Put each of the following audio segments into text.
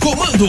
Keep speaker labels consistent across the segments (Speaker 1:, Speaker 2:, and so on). Speaker 1: Colorado.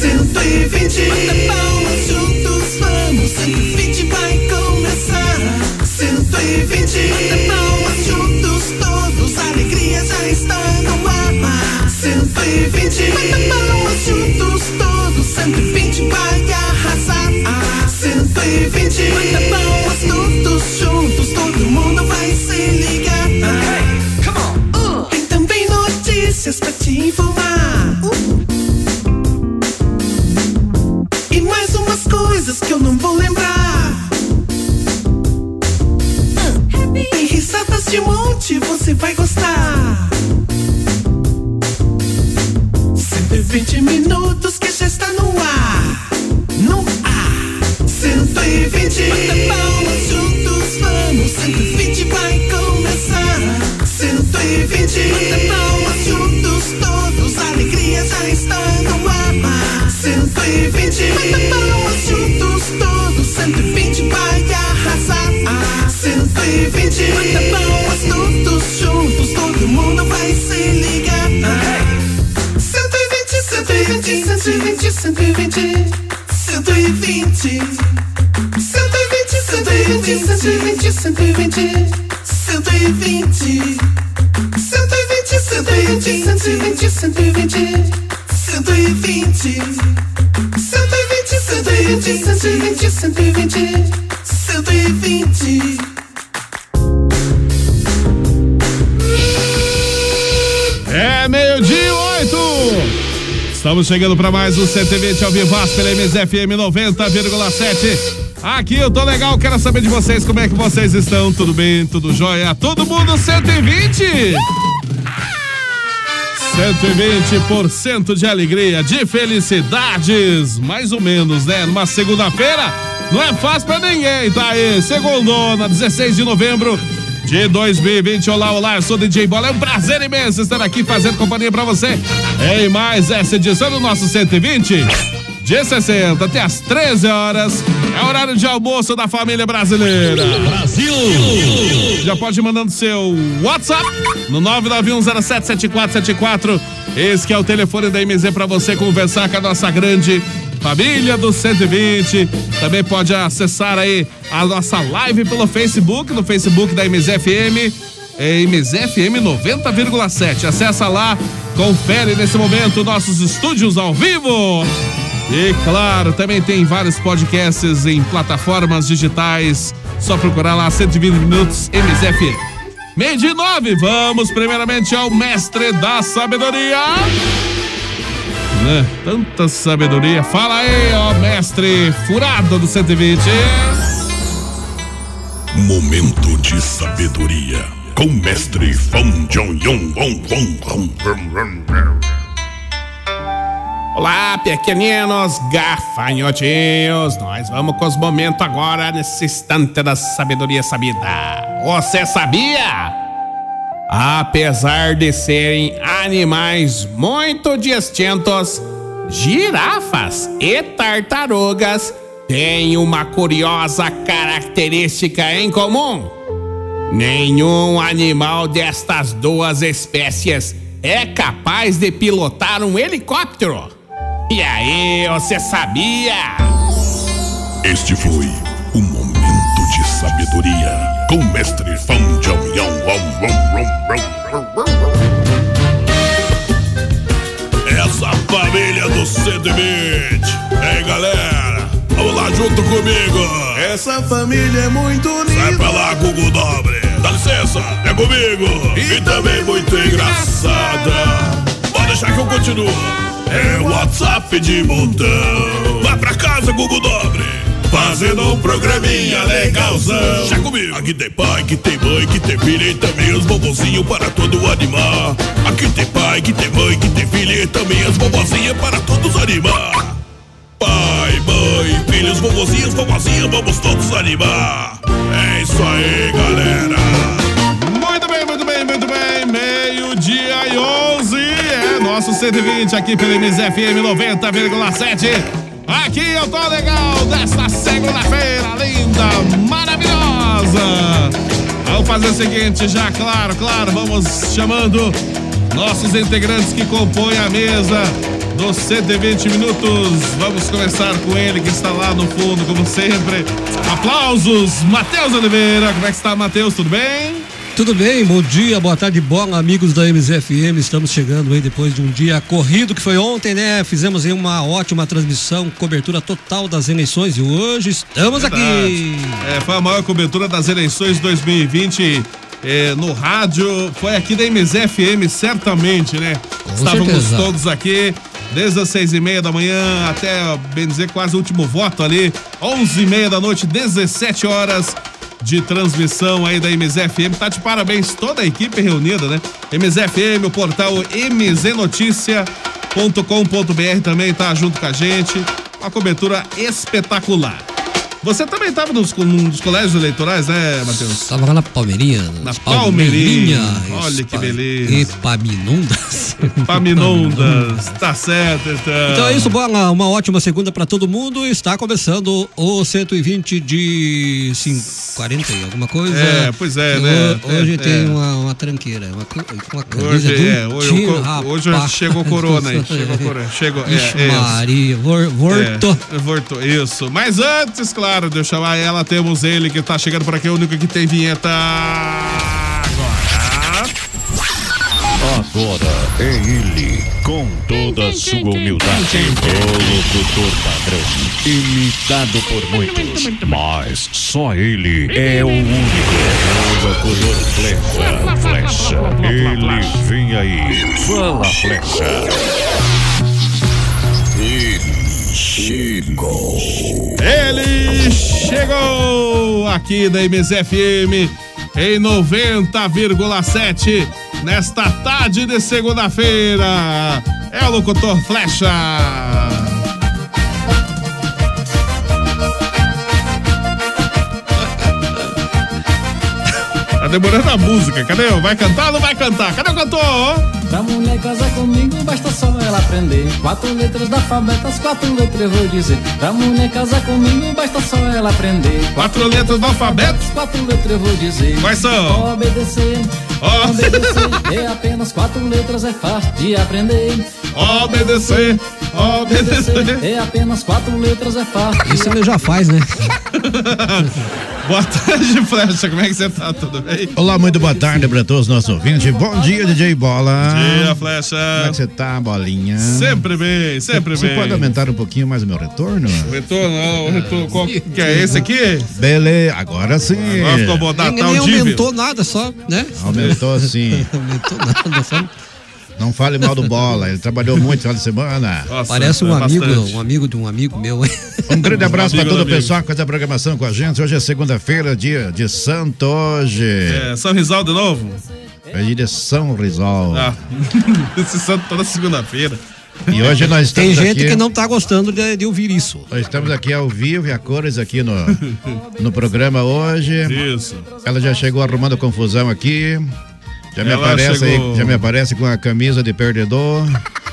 Speaker 2: 120 palmas juntos vamos 120 vai começar 120 palmas juntos todos a alegria já está no ar 120 palmas juntos todos 120 vai arrasar 120 palmas todos juntos todo mundo vai se ligar tem também notícias pra te informar e mais umas coisas que eu não vou lembrar. Tem risadas de monte, você vai gostar. 120 minutos que já está no ar. No ar. 120. Bata palmas juntos, vamos. 120 vai começar. 120. Bata palmas juntos, todos. A alegria já está no ar. 120. Bata palmas juntos, todos. 120 vai arrasar. 120. Bata palmas todos juntos, todo mundo vai se ligar. 120, 120, 120, 120. 120, 120, 120, 120. 120. 120, 120, 120, 120. 120. 120, 120, 120, 120. 120.
Speaker 3: É meio-dia e oito. Estamos chegando para mais um 120 ao Vivaz pela MSFM 90,7. Aqui eu tô legal, quero saber de vocês como é que vocês estão. Tudo bem? Tudo jóia? Todo mundo 120? 120% de alegria, de felicidades, mais ou menos, né? Numa segunda-feira, não é fácil pra ninguém, tá aí. Segundona, 16 de novembro de 2020. Olá, olá, eu sou DJ Bola. É um prazer imenso estar aqui fazendo companhia pra você em mais essa edição do nosso 120. De 60 até as 13 horas é horário de almoço da família brasileira.
Speaker 1: Brasil.
Speaker 3: Já pode ir mandando seu WhatsApp no 991077474. Esse que é o telefone da MZ para você conversar com a nossa grande família do 120. Também pode acessar aí a nossa live pelo Facebook, no Facebook da MZFM. É MZFM 90,7. Acessa lá, confere nesse momento nossos estúdios ao vivo. E claro, também tem vários podcasts em plataformas digitais. Só procurar lá 120 minutos MZF. Meio de nove, vamos primeiramente ao mestre da sabedoria. Né? Tanta sabedoria. Fala aí, ó, mestre furado do 120.
Speaker 4: Momento de sabedoria com o mestre Fão Jong Yong Wong Wong Wong Wong Wong Wong.
Speaker 5: Olá, pequeninos gafanhotinhos! Nós vamos com os momentos agora, nesse instante da sabedoria sabida. Você sabia? Apesar de serem animais muito distintos, girafas e tartarugas têm uma curiosa característica em comum. Nenhum animal destas duas espécies é capaz de pilotar um helicóptero. E aí, você sabia?
Speaker 4: Este foi o momento de sabedoria com o mestre Fão Jong Yong Wong Wong Wong Wong Wong Wong. Essa família do 120. Ei, galera, vamos lá junto comigo.
Speaker 2: Essa família é muito
Speaker 4: Sai pra lá, Google Dobre. Dá licença, é comigo. E, também muito engraçada. Pode deixar que eu continuo. É WhatsApp de montão. Vai pra casa, Google Dobre. Fazendo um programinha legalzão. Chega comigo. Aqui tem pai, que tem mãe, que tem filha e também os bobozinhos para todo animar. Aqui tem pai, que tem mãe, que tem filha e também as bobozinhas para todos animar. É isso aí, galera.
Speaker 3: Muito bem, muito bem, muito bem. Meio-dia e 11 é nosso 120 aqui pelo MZFM 90,7. Aqui eu tô legal desta segunda-feira linda, maravilhosa. Vamos fazer o seguinte, já claro, claro, vamos chamando nossos integrantes que compõem a mesa dos 120 minutos. Vamos começar com ele que está lá no fundo, como sempre. Aplausos, Matheus Oliveira. Como é que está, Matheus? Tudo bem?
Speaker 1: Tudo bem, bom dia, boa tarde, bola, amigos da MZFM. Estamos chegando aí depois de um dia corrido que foi ontem, né? Fizemos aí uma ótima transmissão, cobertura total das eleições e hoje estamos aqui.
Speaker 3: É, foi a maior cobertura das eleições 2020 eh, no rádio. Foi aqui da MZFM, certamente, né?
Speaker 1: Com
Speaker 3: Estávamos
Speaker 1: certeza.
Speaker 3: todos aqui. Desde as seis e meia da manhã até, bem dizer, quase o último voto ali. Onze e meia da noite, 17 horas de transmissão aí da MZFM. Tá de parabéns toda a equipe reunida, né? MZFM, o portal mznoticia.com.br também tá junto com a gente. Uma cobertura espetacular. Você também estava nos, num dos colégios eleitorais, né, Matheus?
Speaker 1: Estava lá na Palmeirinha.
Speaker 3: Na Palmeirinha. Olha que beleza.
Speaker 1: Epaminondas.
Speaker 3: Paminondas, tá certo, então.
Speaker 1: Então é isso, bola. Uma ótima segunda pra todo mundo. Está começando o 120 de cin- 40 e alguma coisa.
Speaker 3: É, pois é,
Speaker 1: E
Speaker 3: né?
Speaker 1: ho- Hoje
Speaker 3: É,
Speaker 1: tem
Speaker 3: é.
Speaker 1: Uma, uma tranqueira, uma, co- uma camisa
Speaker 3: Hoje,
Speaker 1: de um
Speaker 3: é, hoje,
Speaker 1: time,
Speaker 3: o co- hoje
Speaker 1: rapaz.
Speaker 3: chegou o corona aí. Chegou o corona. Chegou, é,
Speaker 1: Ixi,
Speaker 3: é, isso.
Speaker 1: Maria, vor- voltou.
Speaker 3: É, voltou, isso. Mas antes, claro, de eu chamar ela, temos ele que tá chegando por aqui, o único que tem vinheta agora.
Speaker 6: Agora é ele, com toda a sua humildade, o locutor padrão, imitado por muitos, mas só ele é o único, o locutor flecha, flecha, ele vem aí, fala flecha.
Speaker 3: Ele chegou aqui da MZFM em 90,7 nesta tarde de segunda-feira. É o locutor Flecha. Tá demorando a música, cadê? Vai cantar ou não vai cantar? Cadê o cantor?
Speaker 7: Pra mulher casar comigo, basta só ela aprender. Quatro letras da alfabeto, as quatro letras eu vou dizer. Pra mulher casar comigo, basta só ela aprender.
Speaker 3: Quatro letras do alfabeto.
Speaker 7: As quatro letras eu vou dizer.
Speaker 3: Quais são?
Speaker 7: Obedecer,
Speaker 3: Ó.
Speaker 7: obedecer. É apenas quatro letras, é fácil de aprender.
Speaker 3: Obedecer, obedecer.
Speaker 7: É apenas quatro letras, é fácil. de
Speaker 1: Isso ele já faz, né?
Speaker 3: Boa tarde, Flecha. Como é que você tá? Tudo bem?
Speaker 8: Olá, muito boa tarde para todos os nossos ouvintes. Bom dia, DJ Bola.
Speaker 3: E a
Speaker 8: Como é
Speaker 3: Flecha?
Speaker 8: que você tá, Bolinha?
Speaker 3: Sempre bem, sempre
Speaker 8: Você
Speaker 3: bem.
Speaker 8: pode aumentar um pouquinho mais o meu retorno?
Speaker 3: Retorno, ó, o retorno. Qual que é esse aqui?
Speaker 8: Beleza, agora sim.
Speaker 3: Agora
Speaker 9: É.
Speaker 3: ficou bom, tá,
Speaker 1: Ninguém
Speaker 3: tá
Speaker 1: nem
Speaker 3: audível.
Speaker 1: aumentou nada só, né?
Speaker 8: Aumentou sim.
Speaker 1: Aumentou nada só.
Speaker 8: Não fale mal do Bola, ele trabalhou muito esse final de semana.
Speaker 3: Nossa,
Speaker 1: Parece um
Speaker 3: é
Speaker 1: amigo,
Speaker 3: bastante.
Speaker 1: um amigo de um amigo meu.
Speaker 8: Um grande abraço para
Speaker 3: Amigo do
Speaker 8: todo o
Speaker 3: amigo.
Speaker 8: pessoal que faz a programação com a gente. Hoje é segunda-feira, dia de Santo hoje.
Speaker 3: É, São Rizal de novo?
Speaker 8: É dia de São Rizal.
Speaker 3: Ah, esse santo toda segunda-feira.
Speaker 8: E hoje nós
Speaker 1: Tem
Speaker 8: estamos
Speaker 1: gente
Speaker 8: aqui-
Speaker 1: que não tá gostando de, de ouvir isso.
Speaker 8: Nós estamos aqui ao vivo e a cores aqui no, no programa hoje.
Speaker 3: Isso.
Speaker 8: Ela já chegou arrumando confusão aqui. Já me,
Speaker 3: Ela
Speaker 8: aparece
Speaker 3: chegou.
Speaker 8: aí, já me aparece com a camisa de perdedor.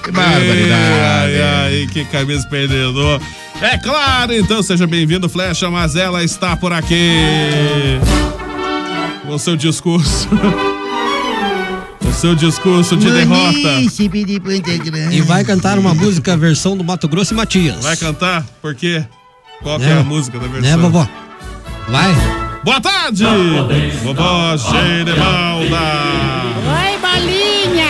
Speaker 8: Que barbaridade.
Speaker 3: Ai, ai, que camisa perdedor. É claro, então seja bem-vindo, Flecha, mas ela está por aqui. O seu discurso. O seu discurso de derrota.
Speaker 1: E vai cantar uma música versão do Mato Grosso e Matias.
Speaker 3: Vai cantar? Por quê? Qual que é
Speaker 1: Né?
Speaker 3: a música da
Speaker 1: Né,
Speaker 3: versão?
Speaker 1: vovó? Vai.
Speaker 3: Boa tarde! Vovó Genemalda!
Speaker 9: Oi, bolinha!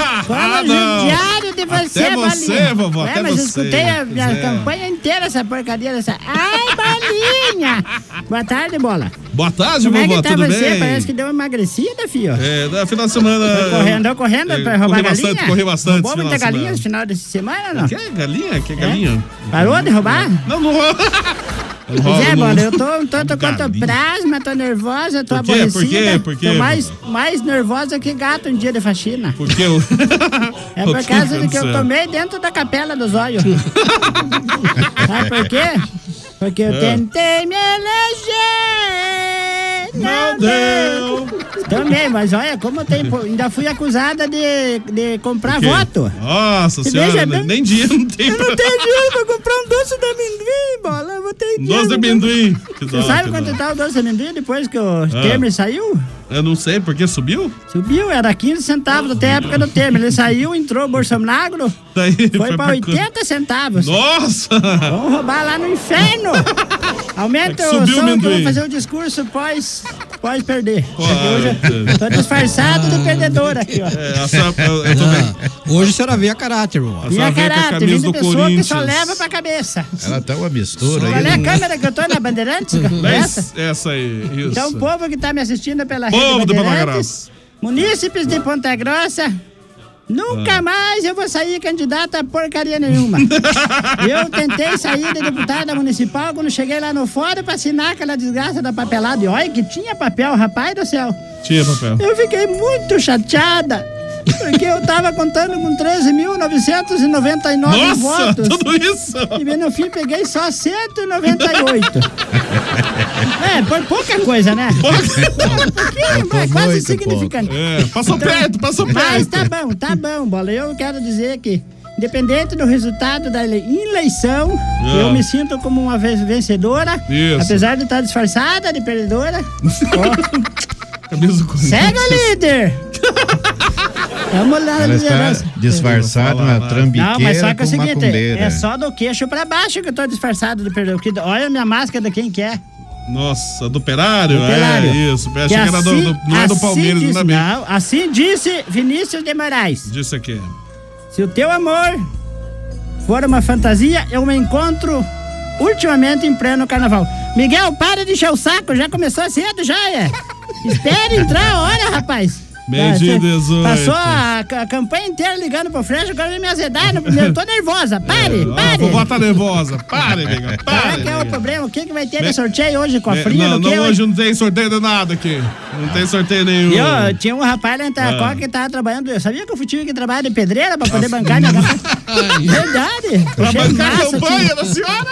Speaker 3: Ah,
Speaker 9: Vamos judiado de você,
Speaker 3: Até você,
Speaker 9: bolinha!
Speaker 3: vovó,
Speaker 9: É,
Speaker 3: até
Speaker 9: mas eu
Speaker 3: você.
Speaker 9: escutei a minha
Speaker 3: Pois é.
Speaker 9: campanha inteira, essa porcaria dessa. Ai, bolinha! Boa tarde, bola.
Speaker 3: Boa tarde,
Speaker 9: Como é
Speaker 3: vovó,
Speaker 9: que tá
Speaker 3: tudo
Speaker 9: você?
Speaker 3: bem?
Speaker 9: Parece que deu uma emagrecida, filho.
Speaker 3: É, na final de semana.
Speaker 9: Foi correndo, andou correndo
Speaker 3: eu
Speaker 9: pra roubar
Speaker 3: corri
Speaker 9: galinha?
Speaker 3: bastante, corri bastante
Speaker 9: Roubou
Speaker 3: final
Speaker 9: muita
Speaker 3: de semana.
Speaker 9: galinha no final dessa semana, não?
Speaker 3: Que é galinha? Que é galinha? É.
Speaker 9: Parou de roubar?
Speaker 3: Não, não rola. Não rola,
Speaker 9: Pois é,
Speaker 3: não.
Speaker 9: bola, eu tô um tanto quanto
Speaker 3: Galinha.
Speaker 9: prasma, tô nervosa, tô
Speaker 3: Por quê? Por quê?
Speaker 9: aborrecida.
Speaker 3: Por quê,
Speaker 9: Tô mais, mais nervosa que gato em dia de faxina.
Speaker 3: Porque eu.
Speaker 9: É por causa do que eu tomei dentro da capela dos olhos. Sabe por quê? Porque eu
Speaker 3: É.
Speaker 2: Ah.
Speaker 9: tentei me eleger. Não,
Speaker 2: Não
Speaker 9: deu. Também, mas olha como eu tenho. po- Ainda fui acusada de, de comprar
Speaker 3: Por quê?
Speaker 9: voto.
Speaker 3: Nossa
Speaker 9: Veja tá-
Speaker 3: senhora,
Speaker 9: bem.
Speaker 3: nem dinheiro não tem.
Speaker 9: Eu não tenho dinheiro pra comprar um doce de amendoim, bola. Eu vou ter dinheiro.
Speaker 3: Um
Speaker 9: então.
Speaker 3: Doce de amendoim. Que
Speaker 9: Você
Speaker 3: né? Ah. dó,
Speaker 9: sabe
Speaker 3: que
Speaker 9: quanto
Speaker 3: dó.
Speaker 9: tá o doce de amendoim depois que o Temer saiu?
Speaker 3: Eu não sei, porque subiu?
Speaker 9: Subiu, era 15 centavos até a época do Temer. Ele saiu, entrou o Bolsonaro,
Speaker 3: Daí
Speaker 9: foi pra
Speaker 3: pra
Speaker 9: 80 centavos.
Speaker 3: Nossa!
Speaker 9: Vamos roubar lá no inferno! Aumenta
Speaker 3: É que
Speaker 9: o
Speaker 3: subiu
Speaker 9: som
Speaker 3: o
Speaker 9: que eu vou
Speaker 3: amendoim.
Speaker 9: fazer o discurso pós, pós perder.
Speaker 3: Hoje,
Speaker 9: Tô disfarçado do perdedor aqui, ó.
Speaker 3: É, a sua- eu- eu tô
Speaker 1: Ah, hoje a senhora veio a caráter, meu
Speaker 9: Minha caráter, vindo pessoa que só leva pra cabeça.
Speaker 8: Ela tá uma mistura
Speaker 9: Qual
Speaker 8: aí.
Speaker 9: é a
Speaker 8: né?
Speaker 9: câmera que eu tô na Bandeirantes? Essa?
Speaker 3: Essa, essa aí, isso.
Speaker 9: Então, o povo que está me assistindo pela
Speaker 3: Povo
Speaker 9: rede
Speaker 3: do
Speaker 9: Bandeirantes, munícipes de Ponta Grossa, nunca
Speaker 3: Ah.
Speaker 9: mais eu vou sair candidata a porcaria nenhuma. eu tentei sair de deputada municipal quando cheguei lá no fórum para assinar aquela desgraça da papelada. E olha que tinha papel, rapaz do céu.
Speaker 3: Tira papel.
Speaker 9: Eu fiquei muito chateada. Porque eu tava contando com 13.999
Speaker 2: Nossa,
Speaker 9: votos.
Speaker 2: tudo
Speaker 3: isso!
Speaker 9: E no fim peguei só 198. É, foi pouca coisa, né? Um pouquinho, mas quase
Speaker 2: muito
Speaker 9: insignificante.
Speaker 2: pouco. É, passou perto, passou
Speaker 9: Mas tá
Speaker 2: perto.
Speaker 9: bom, tá bom, bola. Eu quero dizer que, independente do resultado da ele- eleição,
Speaker 2: É.
Speaker 9: eu me sinto como uma ve- vencedora.
Speaker 2: Isso.
Speaker 9: Apesar de estar disfarçada de perdedora.
Speaker 3: Camisa do
Speaker 9: Segue o líder! Vamos lá,
Speaker 8: Ela
Speaker 9: liderança.
Speaker 8: está disfarçada, uma trambiqueira
Speaker 9: Não, mas só que é o
Speaker 8: com
Speaker 9: seguinte,
Speaker 8: macumbeira.
Speaker 9: é só do queixo pra baixo que eu tô disfarçado de perdedor. Que- Olha a minha máscara de quem que é.
Speaker 3: Nossa, do operário?
Speaker 9: Do operário.
Speaker 3: É, isso.
Speaker 9: Que
Speaker 3: Achei que era do,
Speaker 9: assim-
Speaker 3: do, não é do
Speaker 9: assim
Speaker 3: Palmeiras,
Speaker 9: disse,
Speaker 3: ainda bem.
Speaker 9: Não, assim disse Vinícius de Moraes.
Speaker 3: Disse aqui.
Speaker 9: Se o teu amor for uma fantasia, eu me encontro ultimamente em pleno carnaval. Miguel, para de encher o saco, já começou cedo, já é. Espere entrar a hora, rapaz. Ah,
Speaker 3: Meio-dia e 18.
Speaker 9: Passou a, a campanha inteira ligando pro Freixo, agora vem me azedar no primeiro. Tô nervosa, pare,
Speaker 3: Ah,
Speaker 9: pare.
Speaker 3: vovó tá nervosa. Pare, nega. Pare.
Speaker 9: Qual é o problema? O que, que vai ter
Speaker 3: Me-
Speaker 9: de sorteio hoje com a fria?
Speaker 3: não,
Speaker 9: do que
Speaker 3: não,
Speaker 9: hoje?
Speaker 3: hoje não tem sorteio de nada aqui. Não tem sorteio nenhum.
Speaker 9: E ó, tinha um rapaz lá em Itacó
Speaker 3: Ah.
Speaker 9: que tava trabalhando. Eu sabia que eu tive que trabalhar de pedreira pra poder bancar minha Verdade.
Speaker 2: Pra
Speaker 9: Cheio de
Speaker 2: bancar a
Speaker 9: massa,
Speaker 2: campanha
Speaker 9: tinha.
Speaker 2: da senhora?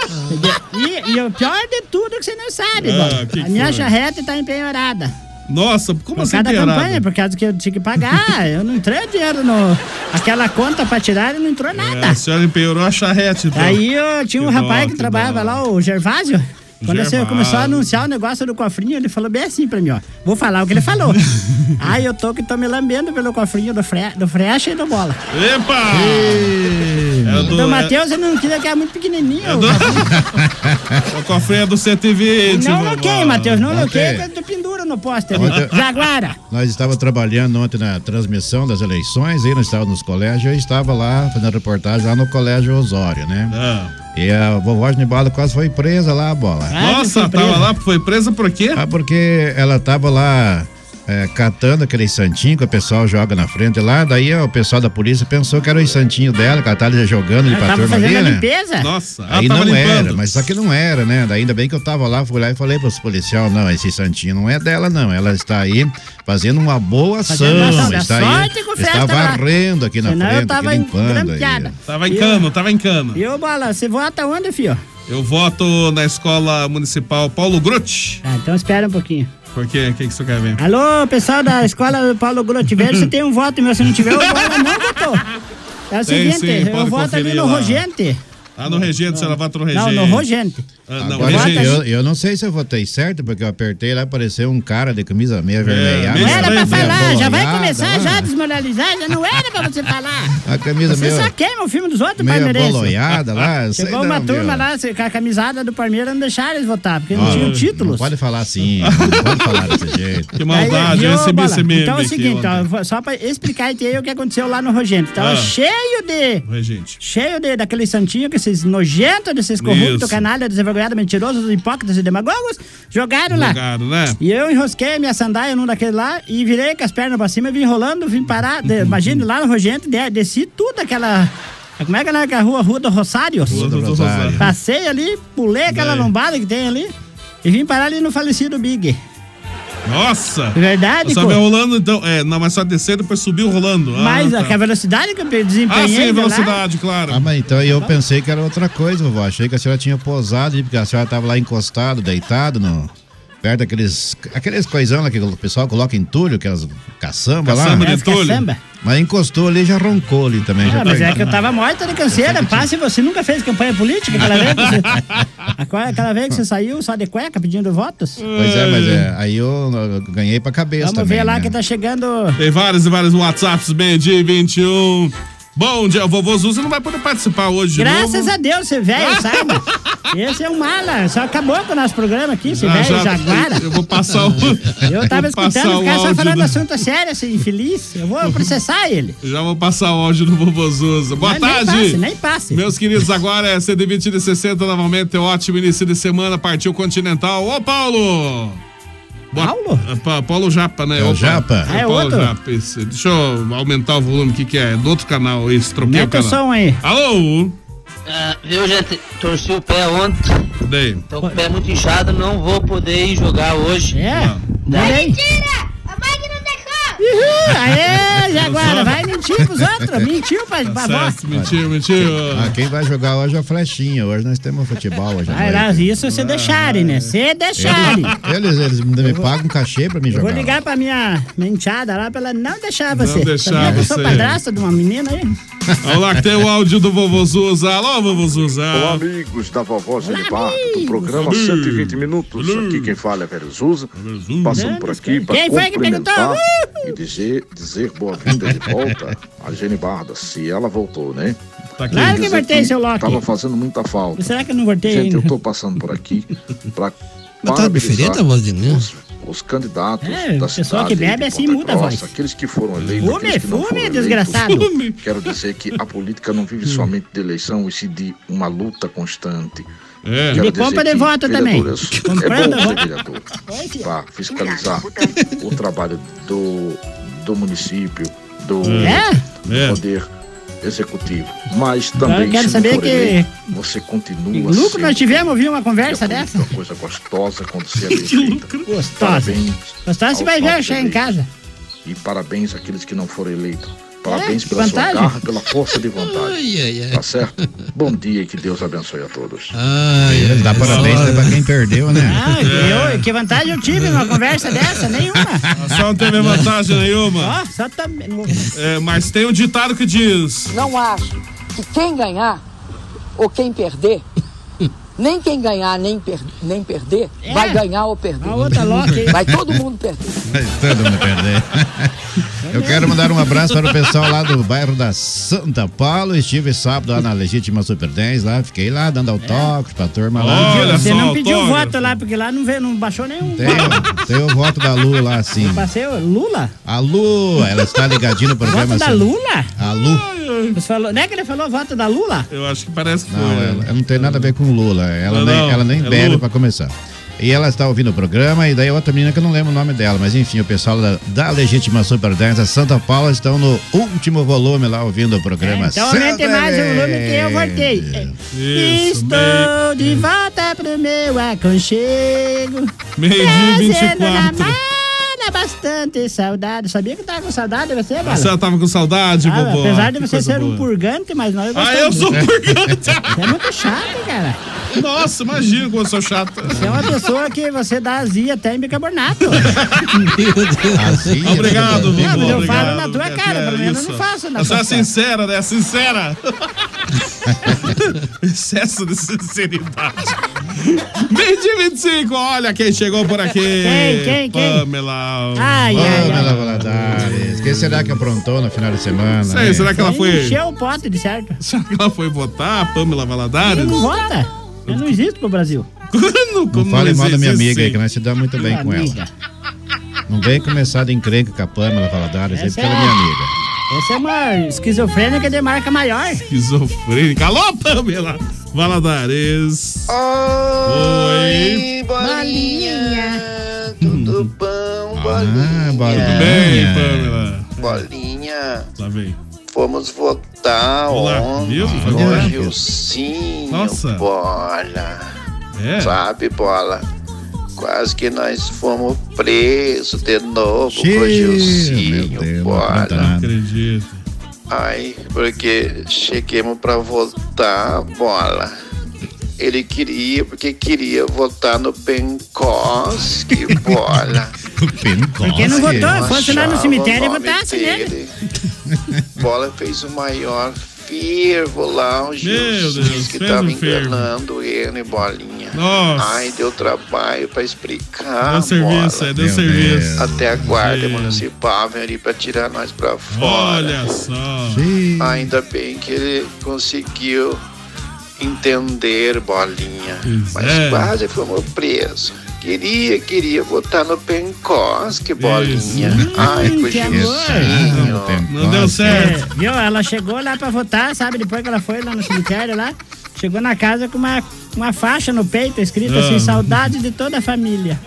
Speaker 9: E, e o pior de tudo é que você não sabe,
Speaker 3: Ah,
Speaker 9: Bola.
Speaker 3: o que
Speaker 9: A
Speaker 3: que
Speaker 9: minha
Speaker 3: foi?
Speaker 9: charrete tá empenhorada.
Speaker 3: Nossa, como
Speaker 9: por
Speaker 3: assim,
Speaker 9: causa da
Speaker 3: piorada?
Speaker 9: campanha, por causa que eu tinha que pagar. eu não entrei o dinheiro no. Aquela conta pra tirar e não entrou nada.
Speaker 3: É, a senhora empeorou a charrete. então.
Speaker 9: Aí ó, tinha um
Speaker 3: Que
Speaker 9: rapaz
Speaker 3: dó,
Speaker 9: que, trabalhava lá, o Gervásio. Quando você
Speaker 3: Gervásio.
Speaker 9: começou a anunciar o negócio do cofrinho, ele falou bem assim pra mim, ó. Vou falar o que ele falou. Aí eu tô que tô me lambendo pelo cofrinho do, fre do frecha e do bola.
Speaker 3: Epa! É
Speaker 9: Do, Então, Matheus eu não queria que era muito pequenininho. o cofrinho.
Speaker 3: O cofrinho é do 120.
Speaker 9: não
Speaker 3: vovó.
Speaker 9: loquei, Matheus, não loquei,
Speaker 8: Ontem-
Speaker 9: que tu pendura no poste ali.
Speaker 8: Ontem-
Speaker 9: Jaguara.
Speaker 8: Nós estávamos trabalhando ontem na transmissão das eleições, aí nós estávamos nos colégios, eu estava lá fazendo reportagem lá no colégio Osório, né? E a vovó de Bala quase foi presa lá, bola.
Speaker 3: Nossa, tava lá, foi presa por quê?
Speaker 8: Ah, porque ela tava lá é, catando aquele santinho que o pessoal joga na frente lá, daí ó, o pessoal da polícia pensou que era o santinho dela, que ela tava jogando ele pra turma ali, né?
Speaker 3: Nossa, ela
Speaker 8: Aí
Speaker 3: Ah, tava
Speaker 8: não
Speaker 3: limpando.
Speaker 8: era, mas só que não era, né? Daí ainda bem que eu tava lá, fui lá e falei pros policial, não, esse santinho não é dela, não. Ela está aí fazendo uma boa ação.
Speaker 9: Fazendo uma ação, dá
Speaker 8: está
Speaker 9: sorte
Speaker 8: aí,
Speaker 9: com festa
Speaker 8: está
Speaker 9: lá.
Speaker 8: varrendo aqui na
Speaker 9: Senão eu
Speaker 8: frente,
Speaker 9: tava
Speaker 8: aqui limpando aí.
Speaker 9: engrampeada.
Speaker 3: Tava em cama, tava em cama.
Speaker 9: E ô, bola, você vota onde, filho?
Speaker 3: Eu voto na escola municipal Paulo Grutti.
Speaker 9: Ah, então espera um pouquinho.
Speaker 3: Por quê? O que, que você quer ver?
Speaker 9: Alô, pessoal da escola do Paulo Grotti Velho, você tem um voto meu, se não tiver, o bola não votou. É o
Speaker 3: Tem
Speaker 9: seguinte,
Speaker 3: sim,
Speaker 9: eu
Speaker 3: pode
Speaker 9: voto ali
Speaker 3: conferir
Speaker 9: no
Speaker 3: lá.
Speaker 9: Rogente.
Speaker 3: Ah, no Regente, senhora vota no Regente.
Speaker 9: Não, no Rogente.
Speaker 3: Ah, não,
Speaker 8: Agora,
Speaker 3: Regente.
Speaker 8: eu, eu não sei se eu votei certo, porque eu apertei lá, apareceu um cara de camisa
Speaker 3: É,
Speaker 8: meia vermelha.
Speaker 3: meio Não era pra
Speaker 8: É
Speaker 3: estranho,
Speaker 9: Ah, já vai
Speaker 8: Bolada,
Speaker 9: começar
Speaker 8: lá.
Speaker 9: já a desmoralizar, já não era pra você falar.
Speaker 8: A né? camisa
Speaker 9: Você só
Speaker 8: meio,
Speaker 9: queima o filme dos outros,
Speaker 8: meio
Speaker 9: palmeirenses.
Speaker 8: boloiada lá. sei
Speaker 9: Chegou uma
Speaker 8: não,
Speaker 9: turma
Speaker 8: meu.
Speaker 9: lá se- com a camisada do Palmeiras, não deixaram eles votar, porque não
Speaker 8: Ó,
Speaker 9: tinham títulos.
Speaker 8: Não pode falar assim, não pode falar desse jeito.
Speaker 3: Que
Speaker 9: Aí, viu, Bola? Então é o seguinte, ó, vou- só pra explicar e aí o que aconteceu lá no Rogento. Tava
Speaker 3: Ah.
Speaker 9: cheio de.
Speaker 3: Regente.
Speaker 9: Cheio de, daquele santinho que esses nojentos, desses corruptos,
Speaker 3: Isso.
Speaker 9: canalha, desenvergonhados, mentirosos, hipócritas e demagogos, jogaram lá.
Speaker 3: Jogaram, né?
Speaker 9: E eu enrosquei a minha sandália num daquele lá e virei com as pernas pra cima, vim rolando, vim parar. de- imagina, lá no Rogento, de- desci tudo aquela. Como é que é a rua? Rua do Rosário?
Speaker 8: Rua do Rosário.
Speaker 9: Passei ali, pulei aquela
Speaker 8: Daí.
Speaker 9: lombada que tem ali e vim parar ali no falecido Big.
Speaker 3: Nossa!
Speaker 9: Verdade,
Speaker 3: Só
Speaker 9: pô.
Speaker 3: vai rolando, então. É, não, mas só descer, depois subiu rolando. Ah,
Speaker 9: Mas
Speaker 3: tá.
Speaker 9: aquela velocidade que eu desempenhei.
Speaker 3: Ah, sim,
Speaker 9: sei lá.
Speaker 3: velocidade, claro.
Speaker 8: Ah, mas então eu pensei que era outra coisa, vovó. Achei que a senhora tinha posado, ali, porque a senhora estava lá encostada, deitada, no, perto daqueles aqueles coisão lá que o pessoal coloca em entulho, aquelas caçamba lá.
Speaker 9: Caçamba de As entulho. caçamba.
Speaker 8: Mas encostou ali e já roncou ali também. já
Speaker 9: Ah, mas
Speaker 8: tá-
Speaker 9: é que eu tava morta de canseira. Passe, você nunca fez campanha política aquela vez que você, aquela- aquela vez que você saiu só de cueca pedindo votos? Hum.
Speaker 8: Pois é, mas é, aí eu eu ganhei pra cabeça
Speaker 9: Vamos
Speaker 8: também.
Speaker 9: ver lá
Speaker 8: né?
Speaker 9: que tá chegando.
Speaker 3: Tem vários e vários WhatsApps, meio-dia e 21. Bom dia, vovô Zuzu não vai poder participar hoje de
Speaker 9: Graças
Speaker 3: novo.
Speaker 9: a Deus, você velho, sabe? Esse é um mala. Só acabou com o nosso programa aqui, esse
Speaker 3: Já,
Speaker 9: velho
Speaker 3: Ah, já,
Speaker 9: jaguara.
Speaker 3: eu vou passar o-
Speaker 9: Eu tava
Speaker 3: vou passar
Speaker 9: escutando
Speaker 3: o
Speaker 9: ficar só
Speaker 3: áudio
Speaker 9: falando
Speaker 3: do-
Speaker 9: assunto sério, assim, infeliz. Eu vou processar ele.
Speaker 3: Já vou passar o áudio do vovô Zuzu. Boa
Speaker 9: Mas
Speaker 3: tarde.
Speaker 9: Nem passe, nem passe.
Speaker 3: Meus queridos, agora é 120 de 60 novamente. Ótimo início de semana. Partiu Continental. Ô, Paulo! Paulo? Paulo Japa, né?
Speaker 8: É o
Speaker 3: Opa.
Speaker 8: Japa?
Speaker 3: É
Speaker 8: Ah, é
Speaker 3: Paulo
Speaker 8: outro?
Speaker 3: Japa. esse. Deixa eu aumentar o volume aqui, que é do outro canal. Esse, troquei
Speaker 10: Mete
Speaker 3: o
Speaker 10: o
Speaker 3: canal.
Speaker 10: som aí.
Speaker 3: Alô?
Speaker 10: Ah, viu, gente? Torci o pé ontem.
Speaker 3: Daí.
Speaker 10: Tô com o pé muito inchado, não vou poder ir jogar hoje.
Speaker 9: É?
Speaker 10: Daí,
Speaker 9: Uhul, aê, Jaguara, vai mentir pros outros. Mentiu pra, pra avó.
Speaker 3: mentiu, mentiu.
Speaker 8: Ah, quem vai jogar hoje é o Flechinha. Hoje nós temos futebol hoje. à
Speaker 9: Vai
Speaker 8: noite.
Speaker 9: lá, isso se deixarem, né? Se deixarem.
Speaker 8: Eles, eles me pagam um cachê pra mim
Speaker 9: Eu
Speaker 8: jogar.
Speaker 9: vou ligar pra minha menteada lá pra ela não deixar você.
Speaker 3: deixar
Speaker 9: Sabia que eu sou
Speaker 3: você.
Speaker 9: padrasta de uma menina aí?
Speaker 3: Olha lá que tem o áudio do vovô Zuza. Alô, vovô Zuza.
Speaker 11: Olá, amigos da vovó Zenibar, do programa 120 Minutos. Aqui quem fala é Veruzuza. Passando por aqui para
Speaker 9: Quem foi que
Speaker 11: cumprimentar
Speaker 9: perguntou?
Speaker 11: e dizer, dizer boa-vinda de volta a Genibarda, se ela voltou, né?
Speaker 9: aqui. Claro que voltei, seu Loki.
Speaker 11: Tava fazendo muita falta.
Speaker 9: Será que eu não voltei
Speaker 11: Gente,
Speaker 9: ainda?
Speaker 11: eu tô passando por aqui para
Speaker 1: Mas tá diferente a voz dele, né?
Speaker 11: os candidatos
Speaker 9: É,
Speaker 11: da
Speaker 9: o pessoal
Speaker 11: cidade
Speaker 9: que bebe
Speaker 11: de
Speaker 9: assim
Speaker 11: Ponta
Speaker 9: muda a
Speaker 11: Grossa,
Speaker 9: voz.
Speaker 11: Aqueles que foram eleitos,
Speaker 9: Fume,
Speaker 11: aqueles que não
Speaker 9: fume,
Speaker 11: foram eleitos.
Speaker 9: desgraçado. Fume.
Speaker 11: Quero dizer que a política não vive somente de eleição, e sim de uma luta constante.
Speaker 3: É.
Speaker 9: De compra de voto também.
Speaker 11: É
Speaker 9: Comprando
Speaker 11: bom ter
Speaker 9: voto.
Speaker 11: vereador para fiscalizar o trabalho do, do município, do,
Speaker 9: É? Então,
Speaker 11: do poder executivo. Mas também,
Speaker 9: Eu quero
Speaker 11: se não
Speaker 9: saber
Speaker 11: for
Speaker 9: que-
Speaker 11: eleito, você continua
Speaker 9: Lucro, nós
Speaker 11: sendo
Speaker 9: tivemos, viu, uma conversa dessa.
Speaker 11: uma coisa gostosa quando você é bem feita.
Speaker 9: Gostosa.
Speaker 11: Parabéns
Speaker 9: Gostosa, você
Speaker 11: Ao
Speaker 9: vai ver eu
Speaker 11: Paulo
Speaker 9: chegar em
Speaker 11: Felipe.
Speaker 9: casa.
Speaker 11: e parabéns àqueles que não foram eleitos. Parabéns
Speaker 9: que
Speaker 11: pela
Speaker 9: É? vantagem.
Speaker 11: sua garra, pela força de vontade. Tá certo? Bom dia e que Deus abençoe a todos.
Speaker 8: Ele dá parabéns né, pra quem perdeu, né?
Speaker 9: Ah, que, eu- que vantagem eu tive numa conversa dessa? Nenhuma.
Speaker 3: Só não teve vantagem nenhuma.
Speaker 9: Ó, só tá também.
Speaker 3: É, mas tem um ditado que diz.
Speaker 12: Não acho que quem ganhar ou quem perder, nem quem ganhar nem, per- nem perder,
Speaker 9: É.
Speaker 12: vai ganhar ou perder.
Speaker 9: A outra Loki aí.
Speaker 12: Vai todo mundo perder.
Speaker 8: Todo mundo perdeu. Eu quero mandar um abraço para o pessoal lá do bairro da Santa Paulo. Estive sábado lá na Legítima Super 10, lá. Fiquei lá dando autógrafo pra turma lá.
Speaker 9: Olha Você não pediu voto lá, porque lá não, veio, não baixou nenhum.
Speaker 8: Tem, o- tem o voto da Lu lá, sim.
Speaker 9: Passei o Lula?
Speaker 8: A Lu, ela está ligadinha no programa.
Speaker 9: Voto da
Speaker 8: assim.
Speaker 9: Lula?
Speaker 8: A Lu.
Speaker 9: Você falou, não é que ele falou voto da Lula?
Speaker 3: Eu acho que parece que né?
Speaker 8: Não, ela, ela não tem nada a ver com Lula. Ela
Speaker 3: Não,
Speaker 8: nem,
Speaker 3: não,
Speaker 8: ela nem
Speaker 3: é
Speaker 8: bebe
Speaker 3: Lula.
Speaker 8: pra começar. E ela está ouvindo o programa, e daí é outra menina que eu não lembro o nome dela, mas enfim, o pessoal da, da Legítima Super Dance, a Santa Paula, estão no último volume lá ouvindo o programa.
Speaker 9: Então aumente
Speaker 8: Santa
Speaker 9: mais o volume que eu
Speaker 8: Dance.
Speaker 9: voltei.
Speaker 3: Isso,
Speaker 9: Estou de volta pro meu aconchego.
Speaker 3: Meio-dia e
Speaker 9: trazendo na
Speaker 3: 24.
Speaker 9: mala bastante saudade. Sabia que eu tava com saudade de você,
Speaker 3: A
Speaker 9: Bala?
Speaker 3: senhora tava tá com saudade,
Speaker 9: Ah,
Speaker 3: vovó.
Speaker 9: apesar de
Speaker 3: Que
Speaker 9: você
Speaker 3: coisa
Speaker 9: ser um
Speaker 3: boa.
Speaker 9: purgante, mas nós
Speaker 3: Ah,
Speaker 9: gostamos.
Speaker 3: eu sou um purgante.
Speaker 9: Você é muito chato, cara.
Speaker 3: Nossa, imagina como eu sou chata.
Speaker 9: Você é uma pessoa que você dá azia até em bicarbonato.
Speaker 3: Assim
Speaker 8: Azia,
Speaker 3: Obrigado, vovó.
Speaker 9: Não, mas eu
Speaker 3: é obrigado. É,
Speaker 9: falo na tua cara, pelo menos eu não faço na
Speaker 3: Eu sou
Speaker 9: tua cara.
Speaker 3: sincera, né? Sincera. Excesso de sinceridade. Meio dia 25, olha quem chegou por aqui.
Speaker 8: Quem, quem, quem?
Speaker 3: Pamela.
Speaker 9: Ai, ai,
Speaker 8: Pamela
Speaker 9: ai.
Speaker 8: Valadares. Quem será que aprontou no final de semana?
Speaker 3: Sei,
Speaker 8: né?
Speaker 3: será que ela foi...
Speaker 9: Encheu o pote, de certo.
Speaker 3: Será que ela foi votar, Pamela Valadares?
Speaker 9: Ele não vota. Eu não existo pro Brasil.
Speaker 3: Quando,
Speaker 8: Não
Speaker 3: como
Speaker 8: fale mal da
Speaker 3: existe
Speaker 8: minha
Speaker 3: assim?
Speaker 8: amiga aí,
Speaker 3: esse-
Speaker 8: que nós se dá muito bem com
Speaker 9: Amiga.
Speaker 8: ela. Não vem começar de encrenca com a Pamela Valadares, aí
Speaker 9: Essa
Speaker 8: porque ela é
Speaker 9: é-
Speaker 8: minha amiga.
Speaker 9: Essa é uma esquizofrênica de marca maior.
Speaker 3: Esquizofrênica. Alô, Pamela Valadares. Oi.
Speaker 13: Bolinha,
Speaker 3: Tudo
Speaker 13: bom,
Speaker 8: Uhum. Ah,
Speaker 3: bem, Pamela?
Speaker 13: bolinha.
Speaker 3: Lá vem.
Speaker 13: Fomos votar
Speaker 3: Olá,
Speaker 13: ontem
Speaker 3: viu? Foi
Speaker 13: no
Speaker 3: votar?
Speaker 13: Gilcinho,
Speaker 3: Nossa.
Speaker 13: bola.
Speaker 3: É.
Speaker 13: Sabe, bola? Quase que nós fomos presos de novo com o
Speaker 8: meu Deus,
Speaker 13: Gilzinho,
Speaker 8: não
Speaker 13: bora.
Speaker 8: aguenta nada.
Speaker 13: Ai, porque cheguemos pra votar, bola. Ele queria, porque queria votar no Penkoski, bola.
Speaker 9: Porque não votou,
Speaker 13: Eu
Speaker 9: fosse lá no
Speaker 13: achava
Speaker 9: cemitério assim, e
Speaker 13: o nome
Speaker 9: votasse nele.
Speaker 13: Bola fez o maior fervo lá, o Gilzinho que
Speaker 3: fez
Speaker 13: tava
Speaker 3: um fervo.
Speaker 13: enganando ele, bolinha.
Speaker 3: Nossa.
Speaker 13: Ai, deu trabalho pra explicar.
Speaker 3: Deu serviço,
Speaker 13: bola.
Speaker 3: é, deu Meu serviço. Deus.
Speaker 13: Até a guarda municipal veio ali pra tirar nós pra fora.
Speaker 3: Olha só.
Speaker 13: Ainda bem que ele conseguiu entender, bolinha.
Speaker 3: Pois
Speaker 13: Mas
Speaker 3: é.
Speaker 13: quase fomos presos. Queria, queria votar no Penkoski, bolinha. Ai,
Speaker 9: Hum,
Speaker 13: com o
Speaker 9: que
Speaker 13: Gilzinho.
Speaker 3: Ah, Não deu certo.
Speaker 9: É, viu? Ela chegou lá pra votar, sabe? Depois que ela foi lá no cemitério lá, chegou na casa com uma, uma faixa no peito escrito assim,
Speaker 3: Ah.
Speaker 9: saudade de toda a família.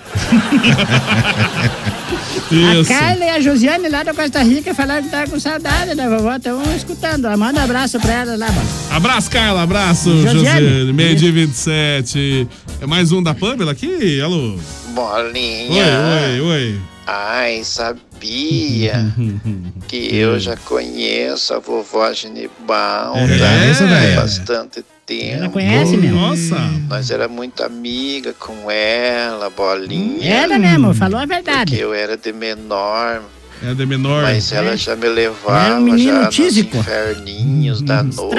Speaker 3: Isso.
Speaker 9: A Carla e a Josiane lá da Costa Rica falaram que tava com saudade da vovó, estão escutando. ó. Manda um abraço pra ela lá, mano.
Speaker 3: Abraço, Carla. Abraço,
Speaker 9: Josiane.
Speaker 3: Josiane. Meio dia 27. É mais um da Pamela aqui? Alô?
Speaker 13: Bolinha.
Speaker 3: Oi, oi, oi.
Speaker 13: Ai,
Speaker 9: É.
Speaker 13: sabia
Speaker 3: Uhum.
Speaker 13: que eu já conheço a vovó né? Genibalda.
Speaker 3: É, essa daí.
Speaker 13: Há bastante tempo. Ela
Speaker 9: conhece mesmo?
Speaker 3: Nossa.
Speaker 13: Nós era muito amiga com ela, bolinha.
Speaker 9: Ela mesmo, falou a verdade.
Speaker 13: Que eu era de menor,
Speaker 3: É de menor.
Speaker 13: mas ela já me levava
Speaker 3: Era um menino
Speaker 13: já nos
Speaker 3: tísico.
Speaker 13: inferninhos da noite.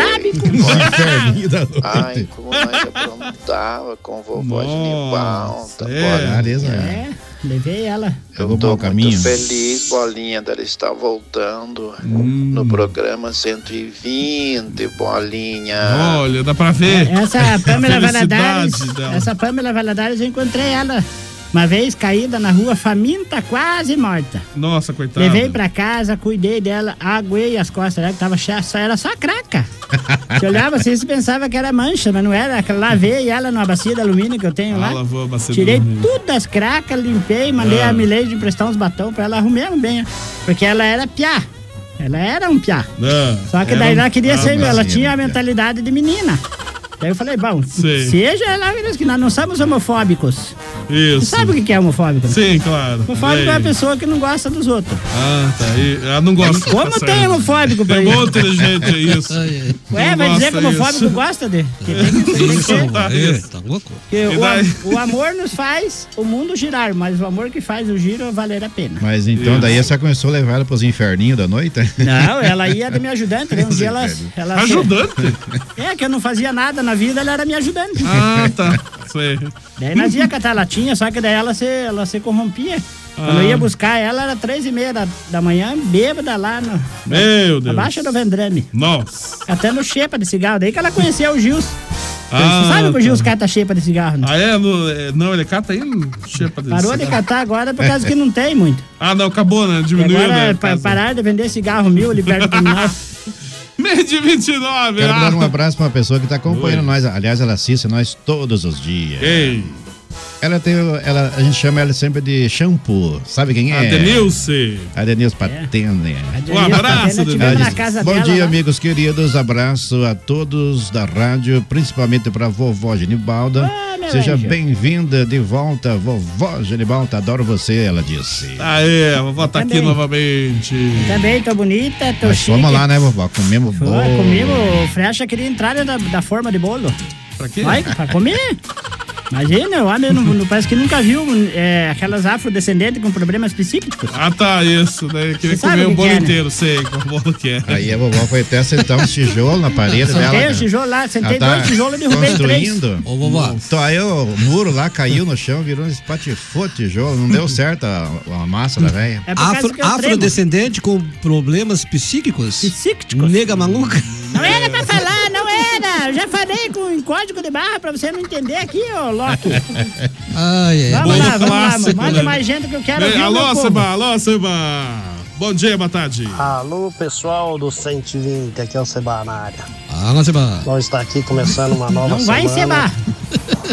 Speaker 13: Ai, como nós aprontava com vovó Genibalda,
Speaker 8: Clareza, é.
Speaker 9: É, levei ela.
Speaker 8: Pegou bom caminho.
Speaker 13: Muito feliz, Bolinha, dela estar voltando
Speaker 8: Hum.
Speaker 13: no programa 120, Bolinha.
Speaker 3: Olha, dá pra ver.
Speaker 9: É, Essa Pamela
Speaker 3: Felicidade
Speaker 9: Valadares.
Speaker 3: dela.
Speaker 9: Essa Pamela Valadares, eu encontrei ela uma vez caída na rua, faminta, quase morta.
Speaker 3: Nossa, coitada.
Speaker 9: Levei pra casa, cuidei dela, aguei as costas dela, que tava cheia, só era só craca. Você olhava assim, você pensava que era mancha, mas não era. Lavei ela numa bacia de alumínio que eu tenho
Speaker 3: Ah,
Speaker 9: lá.
Speaker 3: lavou a bacia de
Speaker 9: Tirei
Speaker 3: alumínio.
Speaker 9: tudo as cracas, limpei, mandei
Speaker 3: Ah.
Speaker 9: a Milady emprestar uns batom pra ela, arrumei um bem. ó, Porque ela era piá. Ela era um piá.
Speaker 3: Ah,
Speaker 9: Só que
Speaker 3: era
Speaker 9: daí
Speaker 3: um-
Speaker 9: ela queria
Speaker 3: Ah,
Speaker 9: ser,
Speaker 3: mas
Speaker 9: ela
Speaker 3: sim,
Speaker 9: tinha
Speaker 3: era
Speaker 9: a mentalidade de menina. Daí eu falei, bom,
Speaker 3: Sim.
Speaker 9: seja ela, menina, que nós não somos homofóbicos.
Speaker 3: Isso.
Speaker 9: Sabe o que que é homofóbico? né?
Speaker 3: Sim, claro.
Speaker 9: Homofóbico é
Speaker 3: Olha
Speaker 9: uma
Speaker 3: aí.
Speaker 9: pessoa que não gosta dos outros.
Speaker 3: Ah, tá. E, ela não gosta.
Speaker 9: Como
Speaker 3: tá
Speaker 9: tem
Speaker 3: certo.
Speaker 9: É, homofóbico pra
Speaker 3: Tem
Speaker 9: isso?
Speaker 3: muito inteligente, é isso.
Speaker 9: Ué,
Speaker 3: Não
Speaker 9: vai dizer que
Speaker 3: gosta
Speaker 9: homofóbico
Speaker 3: isso.
Speaker 9: gosta de. Que tem que, tem que
Speaker 3: Isso,
Speaker 9: ser.
Speaker 3: tá, isso.
Speaker 9: Que
Speaker 3: E
Speaker 9: o,
Speaker 3: daí?
Speaker 9: o amor nos faz o mundo girar, mas o amor que faz o giro valer a pena.
Speaker 8: Mas então daí você começou a levar ela pros inferninhos da noite?
Speaker 9: Não, ela ia de minha ajudante, né? Um dia ela. ela
Speaker 3: Ajudante?
Speaker 9: É, que eu não fazia nada na vida, ela era minha ajudante.
Speaker 3: Ah, tá. Sei.
Speaker 9: Daí nós ia catar latinha, só que daí ela se, ela se corrompia. Quando
Speaker 3: Ah.
Speaker 9: eu ia buscar ela, era três e meia da, da manhã, bêbada lá no.
Speaker 3: Meu Deus.
Speaker 9: Abaixo do Vendrame.
Speaker 3: Nossa.
Speaker 9: Até no xepa de cigarro. Daí que ela conheceu o Gils.
Speaker 3: Ah,
Speaker 9: Você sabe que o
Speaker 3: tá.
Speaker 9: Gils cata xepa de cigarro, né?
Speaker 3: Ah, é? No- é, Não, ele cata aí? Chepa desse
Speaker 9: Parou de
Speaker 3: cigarro.
Speaker 9: catar agora por causa que não tem muito.
Speaker 3: Ah, não, acabou, né?
Speaker 9: E
Speaker 3: Diminuiu,
Speaker 9: agora é
Speaker 3: né?
Speaker 9: pa- parar de vender cigarro mil ali perto do terminal.
Speaker 3: Meio de 29,
Speaker 8: Quero
Speaker 3: ah.
Speaker 8: dar um abraço pra uma pessoa que tá acompanhando nós. Aliás, ela assiste nós todos os dias.
Speaker 3: Ei.
Speaker 8: Ela tem. Ela, a gente chama ela sempre de shampoo. Sabe quem é?
Speaker 3: Adenilce.
Speaker 8: A
Speaker 9: É.
Speaker 8: Denilce Patene.
Speaker 3: Um abraço,
Speaker 8: Ela
Speaker 3: Denilce.
Speaker 8: diz, Bom dia,
Speaker 9: né?
Speaker 8: amigos queridos. Abraço a todos da rádio, principalmente pra vovó Genibalda.
Speaker 9: Ah,
Speaker 8: Seja
Speaker 3: anjo.
Speaker 8: bem-vinda de volta, vovó Genibalda. Adoro você, ela disse.
Speaker 3: Aê, a vovó tá aqui
Speaker 9: Também.
Speaker 3: novamente.
Speaker 9: Também, tô bonita, tô
Speaker 8: um- Mas
Speaker 9: chique.
Speaker 8: vamos lá, né, vovó? Comemos
Speaker 9: Pô,
Speaker 8: bolo.
Speaker 9: comigo, o Frecha queria entrar dentro da, da forma de bolo.
Speaker 3: Pra quê?
Speaker 9: Vai, pra comer. Imagina, o homem não, não- parece que nunca viu é, aquelas afrodescendentes com problemas psíquicos.
Speaker 3: Ah, tá, isso, né? Queria
Speaker 9: Você sabe
Speaker 3: comer
Speaker 9: o
Speaker 3: o
Speaker 9: que
Speaker 3: bolo
Speaker 9: que é, né?
Speaker 3: inteiro, sei qual bolo que é.
Speaker 8: Aí a vovó foi até sentar uns tijolos na parede dela.
Speaker 9: Sentei
Speaker 8: cara.
Speaker 9: os tijolos lá, sentei
Speaker 8: Ela tá
Speaker 9: dois tijolos e derrubei três.
Speaker 8: construindo. Ô, vovó. Então, aí o muro lá caiu no chão, virou um espatifou de tijolo. Não deu certo a, a massa da velha.
Speaker 9: É
Speaker 1: Afro- afrodescendente com problemas psíquicos?
Speaker 9: Psíquicos.
Speaker 1: Nega maluca?
Speaker 9: Não era pra falar, não era. Eu já falei com em código de barra pra você não entender aqui, ô Loki.
Speaker 1: Ai, ai.
Speaker 9: Vamos
Speaker 3: Bom
Speaker 9: lá, vamos lá.
Speaker 3: É, clássico,
Speaker 9: Manda
Speaker 3: né?
Speaker 9: mais gente que eu quero
Speaker 3: Bem,
Speaker 9: ouvir. o meu
Speaker 3: alô,
Speaker 9: povo.
Speaker 3: Seba, alô, Seba. Bom dia, boa tarde.
Speaker 14: Alô, pessoal do 120, aqui é o Seba na área.
Speaker 1: Fala, Seba.
Speaker 14: Nós está aqui começando uma nova
Speaker 9: Não vai
Speaker 14: semana.
Speaker 9: encebar.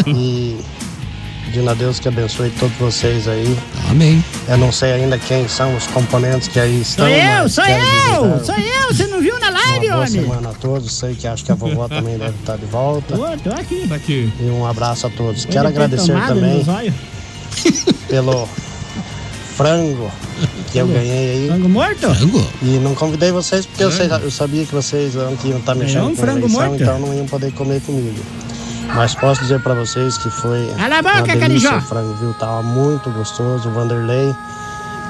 Speaker 14: E pedindo a Deus que abençoe todos vocês aí.
Speaker 1: Amém.
Speaker 14: Eu não sei ainda quem são os componentes que aí estão.
Speaker 9: Sou eu,
Speaker 14: mas
Speaker 9: sou
Speaker 14: quero
Speaker 9: eu,
Speaker 14: desejar
Speaker 9: sou eu. Você não viu na live,
Speaker 14: Uma boa
Speaker 9: homem?
Speaker 14: semana a todos. Sei que acho que a vovó também deve estar de volta.
Speaker 9: Tô, tô aqui.
Speaker 3: Tá aqui.
Speaker 14: E um abraço a todos.
Speaker 9: Ele
Speaker 14: Quero
Speaker 9: tem
Speaker 14: agradecer
Speaker 9: tomado no
Speaker 14: também
Speaker 9: zóio.
Speaker 14: pelo frango que eu ganhei aí.
Speaker 9: Frango morto?
Speaker 14: E não convidei vocês porque eu, sei- eu sabia que vocês antes iam estar mexendo
Speaker 9: Ganhou um
Speaker 14: com
Speaker 9: frango
Speaker 14: eleição,
Speaker 9: morto.
Speaker 14: então não iam poder comer comigo. Mas posso dizer pra vocês que foi
Speaker 9: Cala a boca,
Speaker 14: uma delícia
Speaker 9: Carijó.
Speaker 14: o frango, viu? Tava muito gostoso, o Vanderlei.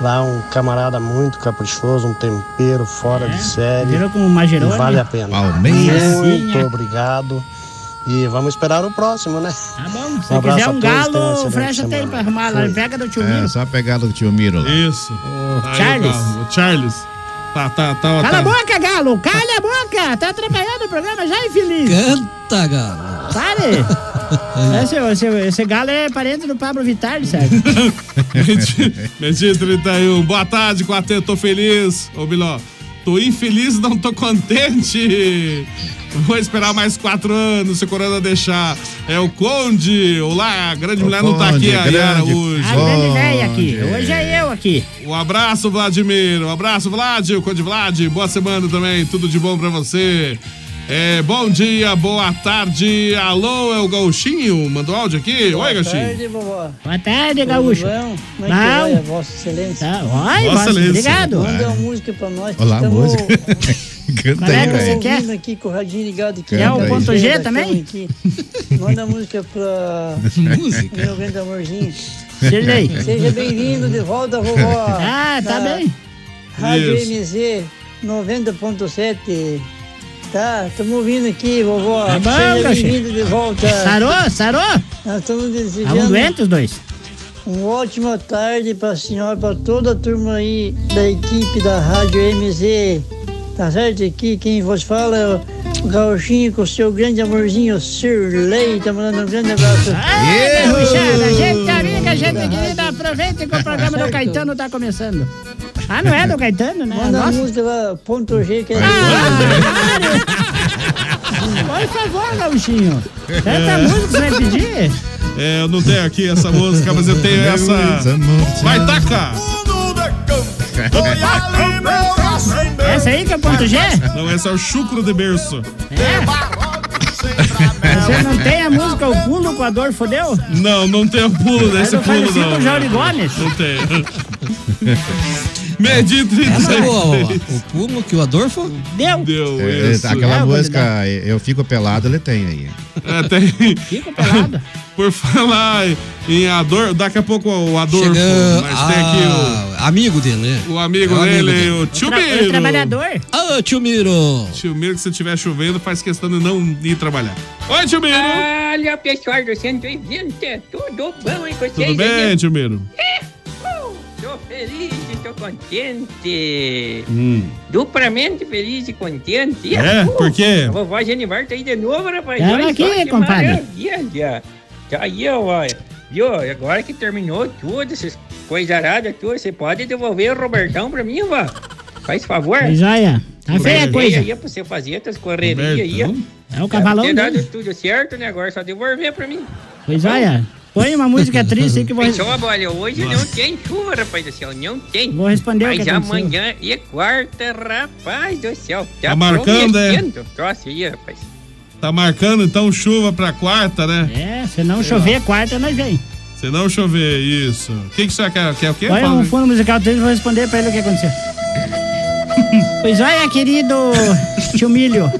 Speaker 14: Lá um camarada muito caprichoso, um tempero fora de série.
Speaker 9: Virou com Magerone.
Speaker 14: E vale a pena.
Speaker 9: Palmeiras.
Speaker 14: Muito obrigado. E vamos esperar o próximo, né? Tá
Speaker 9: bom. Se quiser um galo, o Frecha tem pra arrumar lá. Pega do tio
Speaker 8: É,
Speaker 9: Miro.
Speaker 8: só a pegada do tio Miro lá.
Speaker 3: Isso.
Speaker 8: Aí,
Speaker 9: Charles.
Speaker 8: Galo.
Speaker 3: O Charles. Tá, tá, tá.
Speaker 9: Cala
Speaker 3: tá.
Speaker 9: a boca, Galo! Cala a boca! Tá atrapalhando o programa já, infeliz!
Speaker 1: Canta, Galo!
Speaker 3: tá. É.
Speaker 9: Pare! esse, esse, esse Galo é parente do Pablo Vittar, certo?
Speaker 3: Medi 31. Boa tarde, quarteto. Tô feliz. Ô, Biló. Tô infeliz, não tô contente. Vou esperar mais quatro anos, se o Corona deixar. É o Conde. Olá, a grande mulher não tá aqui,
Speaker 9: Conde,
Speaker 3: a
Speaker 9: grande
Speaker 3: Yara hoje.
Speaker 9: A grande véia aqui. Hoje é eu aqui.
Speaker 3: Um abraço, Vladimir. Um abraço, Vlad. O Conde Vlad. Boa semana também. Tudo de bom pra você. É, bom dia, boa tarde. Alô, é o Gauchinho. Mandou áudio aqui. Oi, Gauchinho.
Speaker 15: vovó.
Speaker 9: Boa tarde, Gaúcho.
Speaker 15: Vão, como é que
Speaker 9: Não.
Speaker 15: vai, Vossa Excelência?
Speaker 9: Tá, vai, Vossa Vossa- Excelência. obrigado.
Speaker 15: Manda uma
Speaker 9: Vai.
Speaker 15: música pra nós. que
Speaker 8: Olá,
Speaker 15: estamos
Speaker 8: música. Canta
Speaker 15: Qual é
Speaker 8: aí,
Speaker 15: que você
Speaker 8: velho.
Speaker 15: quer? aqui com o radinho ligado. aqui.
Speaker 8: É o
Speaker 15: Canta
Speaker 8: ponto
Speaker 15: aí.
Speaker 8: G
Speaker 15: Nós
Speaker 9: também?
Speaker 15: estamos aqui. Manda música pra...
Speaker 9: Música?
Speaker 15: Meu grande amorzinho.
Speaker 9: Shirley.
Speaker 15: Seja bem-vindo de volta, vovó.
Speaker 9: Ah, tá
Speaker 15: Na
Speaker 9: bem.
Speaker 15: Rádio
Speaker 9: Isso.
Speaker 15: MZ 90.7. Tá, estamos ouvindo aqui, vovó.
Speaker 9: Tá bom,
Speaker 15: Seja
Speaker 9: Gauchinho.
Speaker 15: bem-vindo de volta.
Speaker 9: Sarou, sarou?
Speaker 15: Nós estamos
Speaker 9: Estavam
Speaker 15: desejando...
Speaker 9: doentes Tá um os dois.
Speaker 15: Uma ótima tarde pra senhora, pra toda a turma aí da equipe da Rádio MZ. Tá certo? Aqui quem vos fala é o Gauchinho com o seu grande amorzinho Sirley. Tá mandando um grande abraço.
Speaker 9: É, Puxada, gente amiga, gente querida, aproveitem que o programa do Caetano tá começando. Ah, não é do Caetano, né?
Speaker 15: Manda a
Speaker 9: Nossa.
Speaker 15: música lá, ponto G, que é
Speaker 9: Por favor, Gauchinho. Canta a música que você vai pedir.
Speaker 3: É, eu não tenho aqui essa música, mas eu tenho essa.
Speaker 8: é
Speaker 3: Vai, taca!
Speaker 9: Essa aí que é o ponto G?
Speaker 3: Não, essa é o chucro de berço.
Speaker 9: Você não tem a música O Pulo com a Dor Fodeu?
Speaker 3: Não, não tem o pulo
Speaker 9: Mas
Speaker 3: desse
Speaker 9: eu falei
Speaker 3: pulo,
Speaker 9: assim com
Speaker 3: não.
Speaker 9: o Jauri Gomes.
Speaker 3: Não tem. Medito
Speaker 1: É, mas o- o-
Speaker 3: e
Speaker 1: o pulo que o Adorfo
Speaker 9: deu.
Speaker 3: Deu,
Speaker 8: É,
Speaker 3: isso.
Speaker 8: aquela música, Eu Fico Pelado, ele tem aí.
Speaker 3: É, tem.
Speaker 9: tá
Speaker 3: Por falar em Ador, daqui a pouco o Adorfo,
Speaker 1: Chega-
Speaker 3: mas tem aqui
Speaker 1: Amigo dele, né?
Speaker 3: o, o amigo
Speaker 1: É o amigo
Speaker 3: dele,
Speaker 1: dele.
Speaker 3: o
Speaker 1: O
Speaker 3: Tio
Speaker 1: tra- o
Speaker 3: Miro.
Speaker 1: trabalhador.
Speaker 3: Ô, Tio Miro. Tio Miro, que se tiver chovendo, faz questão de não ir trabalhar. Oi, tio Miro.
Speaker 16: Olha, pessoal do 120, é tudo bom, hein, com vocês?
Speaker 3: Tudo bem, tio Miro?
Speaker 16: Tô feliz, tô contente.
Speaker 3: Hum.
Speaker 16: Duplamente feliz e contente.
Speaker 3: É? Por quê?
Speaker 16: A vovó Genivar tá aí de novo, rapaz.
Speaker 9: Ela
Speaker 16: Olha
Speaker 9: aqui,
Speaker 16: só que
Speaker 9: compadre.
Speaker 16: maravilha. Tá aí, ó. Viu? Agora que terminou tudo, essas coisas aradas, tudo, você pode devolver o Robertão pra mim, vó? Faz favor.
Speaker 9: Joia. Tá feia a coisa.
Speaker 16: Aí, pra você fazer essas correrias aí. ó.
Speaker 9: É o cavalão
Speaker 16: Ter dado
Speaker 9: dele.
Speaker 16: tudo certo, né? Agora é só devolver pra mim.
Speaker 9: Pois olha, põe uma música triste aí que eu vou...
Speaker 16: Mas só, olha, hoje não tem chuva, rapaz do céu, não tem.
Speaker 9: Vou responder o
Speaker 16: Mas
Speaker 9: que aconteceu.
Speaker 16: amanhã e quarta, rapaz do céu.
Speaker 3: Tá marcando, é?
Speaker 16: prometendo o troço aí, rapaz.
Speaker 3: Tá marcando então chuva pra quarta, né?
Speaker 9: É, se não chover, quarta nós vem.
Speaker 3: Se não chover, isso. O que, que você quer? Quer o quê?
Speaker 9: Põe
Speaker 3: Fala.
Speaker 9: um fundo musical triste e vou responder pra ele o que aconteceu. Pois olha, querido tio Milho,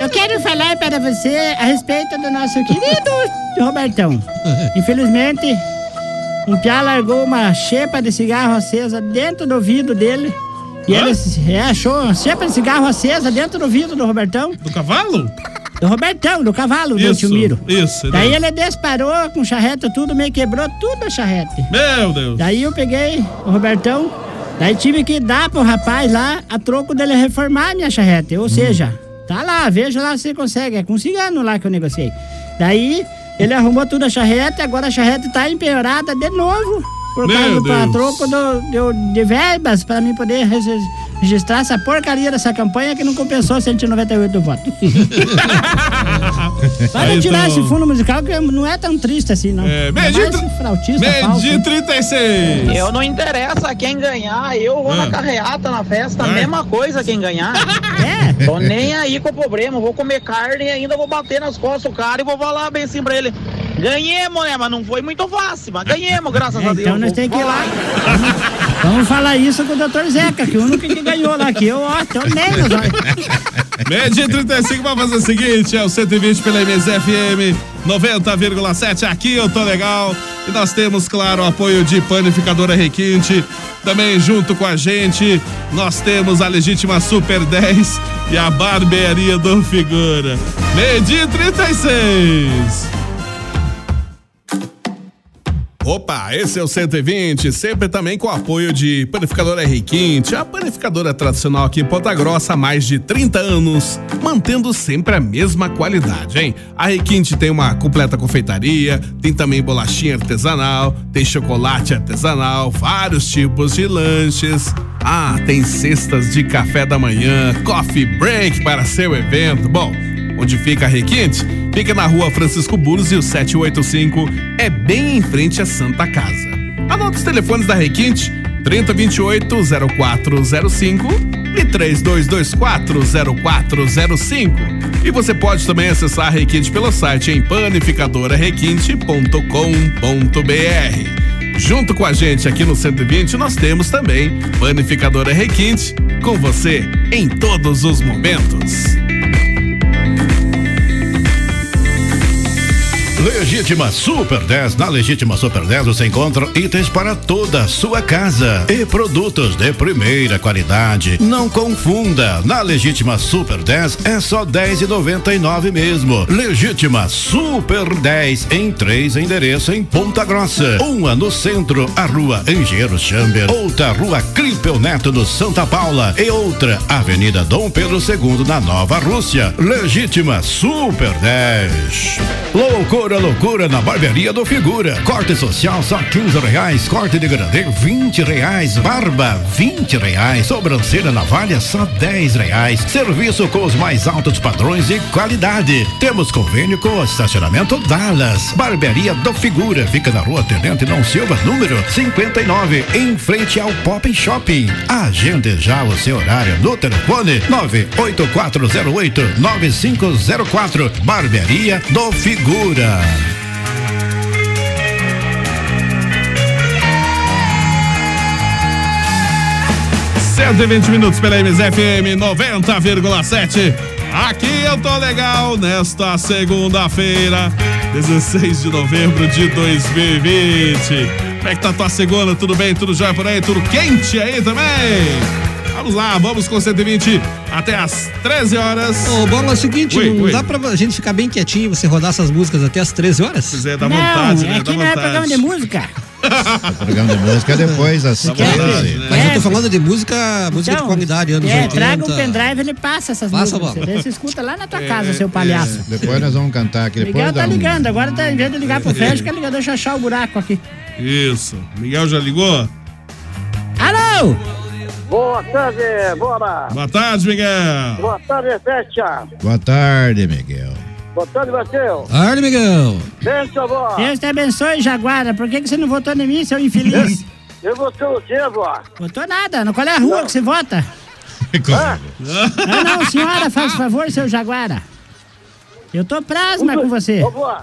Speaker 9: eu quero falar para você a respeito do nosso querido Robertão. Infelizmente, um piá largou uma xepa de cigarro acesa dentro do ouvido dele. E ele se- é, achou uma xepa de cigarro acesa dentro do ouvido do Robertão.
Speaker 3: Do cavalo?
Speaker 9: Do Robertão, do cavalo, do
Speaker 3: Isso,
Speaker 9: tio Miro.
Speaker 3: isso.
Speaker 9: Daí é
Speaker 3: né?
Speaker 9: ele disparou com charrete tudo, meio quebrou tudo a charrete.
Speaker 3: Meu Deus.
Speaker 9: Daí eu peguei o Robertão, daí tive que dar pro rapaz lá a troco dele reformar a minha charrete.
Speaker 3: Hum.
Speaker 9: Ou seja, tá lá, veja lá se você consegue. É com um cigano lá que eu negociei. Daí ele arrumou tudo a charrete, agora a charrete tá empenhorada de novo. Por
Speaker 3: Meu
Speaker 9: causa do
Speaker 3: Deus.
Speaker 9: pra- troco do, do- de verbas pra mim poder regi- registrar essa porcaria dessa campanha que não compensou 198 votos. Para
Speaker 3: Aí,
Speaker 9: tirar
Speaker 3: então.
Speaker 9: esse fundo musical que não é tão triste assim, não.
Speaker 3: É, meio dia
Speaker 9: Mas
Speaker 3: tr-
Speaker 9: esse frautista falso.
Speaker 3: Medi 36.
Speaker 17: Eu não interessa quem ganhar, eu vou
Speaker 3: Ah.
Speaker 17: na carreata, na festa,
Speaker 3: Ah.
Speaker 17: mesma coisa quem ganhar.
Speaker 9: É?
Speaker 17: Tô nem aí com o problema, vou comer carne e ainda vou bater nas costas do cara e vou falar bem assim pra ele. Ganhemos, né? Mas não foi muito fácil, mas ganhemos, graças a Deus.
Speaker 9: então nós temos que ir lá. Vamos falar isso com o doutor Zeca, que é o único que ganhou lá, que eu, ó, tô menos, ó.
Speaker 3: Média 35 vai fazer o seguinte: é o 120 pela MSFM, 90,7. Aqui eu tô legal. E nós temos, claro, o apoio de Panificadora Requinte. Também junto com a gente, nós temos a legítima Super 10 e a Barbearia do Figura. Média 36. Opa, esse é o 120, sempre também com o apoio de Panificadora Requinte, a panificadora tradicional aqui em Ponta Grossa há mais de 30 anos, mantendo sempre a mesma qualidade, hein? A Requinte tem uma completa confeitaria, tem também bolachinha artesanal, tem chocolate artesanal, vários tipos de lanches. Ah, tem cestas de café da manhã, coffee break para seu evento. Bom, Onde fica a Requinte? Fica na rua Francisco Burros e o 785 é bem em frente à Santa Casa. Anota os telefones da Requinte: 3028-0405 e 3224-0405. E você pode também acessar a Requinte pelo site em panificadorarequinte.com.br. Junto com a gente aqui no 120, nós temos também Panificadora Requinte, com você em todos os momentos.
Speaker 8: Legítima Super 10. Na Legítima Super 10 você encontra itens para toda a sua casa e produtos de primeira qualidade. Não confunda. Na Legítima Super 10 é só 10 e mesmo. Legítima Super 10 em três endereços em Ponta Grossa. Uma no centro, a rua Engenheiro Chamber. Outra, rua Clipeu Neto no Santa Paula. E outra, Avenida Dom Pedro II na Nova Rússia. Legítima Super 10. Loucura, loucura na barbearia do Figura. Corte social só 15 reais. Corte de grandeu 20 reais. Barba 20 reais. Sobrancelha navalha só 10 reais. Serviço com os mais altos padrões e qualidade. Temos convênio com o estacionamento Dallas. Barbearia do Figura. Fica na rua Tenente Não Silva, número 59, em frente ao Pop Shopping. Agende já o seu horário no telefone 98408-9504. Barbearia do Figura.
Speaker 3: e 120 minutos pela MZFM 90,7. Aqui eu tô legal nesta segunda-feira, 16 de novembro de 2020. Como é que tá tua segunda? Tudo bem? Tudo jóia por aí? Tudo quente aí também? Vamos lá, vamos com 120 até as 13 horas.
Speaker 1: Ô, Bola, é o seguinte,
Speaker 3: Oi,
Speaker 1: não
Speaker 3: oi.
Speaker 1: dá pra gente ficar bem quietinho e você rodar essas músicas até as 13 horas? Pois
Speaker 3: é, dá Um
Speaker 9: não, é que não é programa de música.
Speaker 18: Programa de música depois, às
Speaker 9: Tá
Speaker 18: 15.
Speaker 1: Mas eu tô falando de música, música de qualidade, anos
Speaker 9: é,
Speaker 1: 80.
Speaker 9: traga um pendrive, ele passa essas
Speaker 1: Passa,
Speaker 9: músicas.
Speaker 1: Bola.
Speaker 9: Você vê, Você escuta lá na tua casa, seu palhaço.
Speaker 18: É, Depois nós vamos cantar aqui. Depois
Speaker 9: Miguel tá
Speaker 18: dá um-
Speaker 9: ligando, agora tá, em vez de
Speaker 3: É.
Speaker 9: ligar pro Fred, que ligado, deixa eu achar o buraco aqui.
Speaker 3: Isso. Miguel já ligou?
Speaker 9: Alô!
Speaker 19: Boa tarde, bora!
Speaker 3: Boa tarde, Miguel.
Speaker 19: Boa tarde, Festa!
Speaker 18: Boa tarde, Miguel.
Speaker 19: Boa tarde, Marcelo!
Speaker 1: Tarde, Miguel.
Speaker 19: Beijo, avó!
Speaker 9: Deus te abençoe, Jaguara. Por que, que você não votou em mim, seu infeliz?
Speaker 19: Eu vou ser você, avó!
Speaker 9: votou nada. No, qual é a rua que você vota?
Speaker 19: Hã?
Speaker 9: Ah, não, senhora, faz favor, seu Jaguara. Eu tô prasma com você.
Speaker 19: Ô, vó!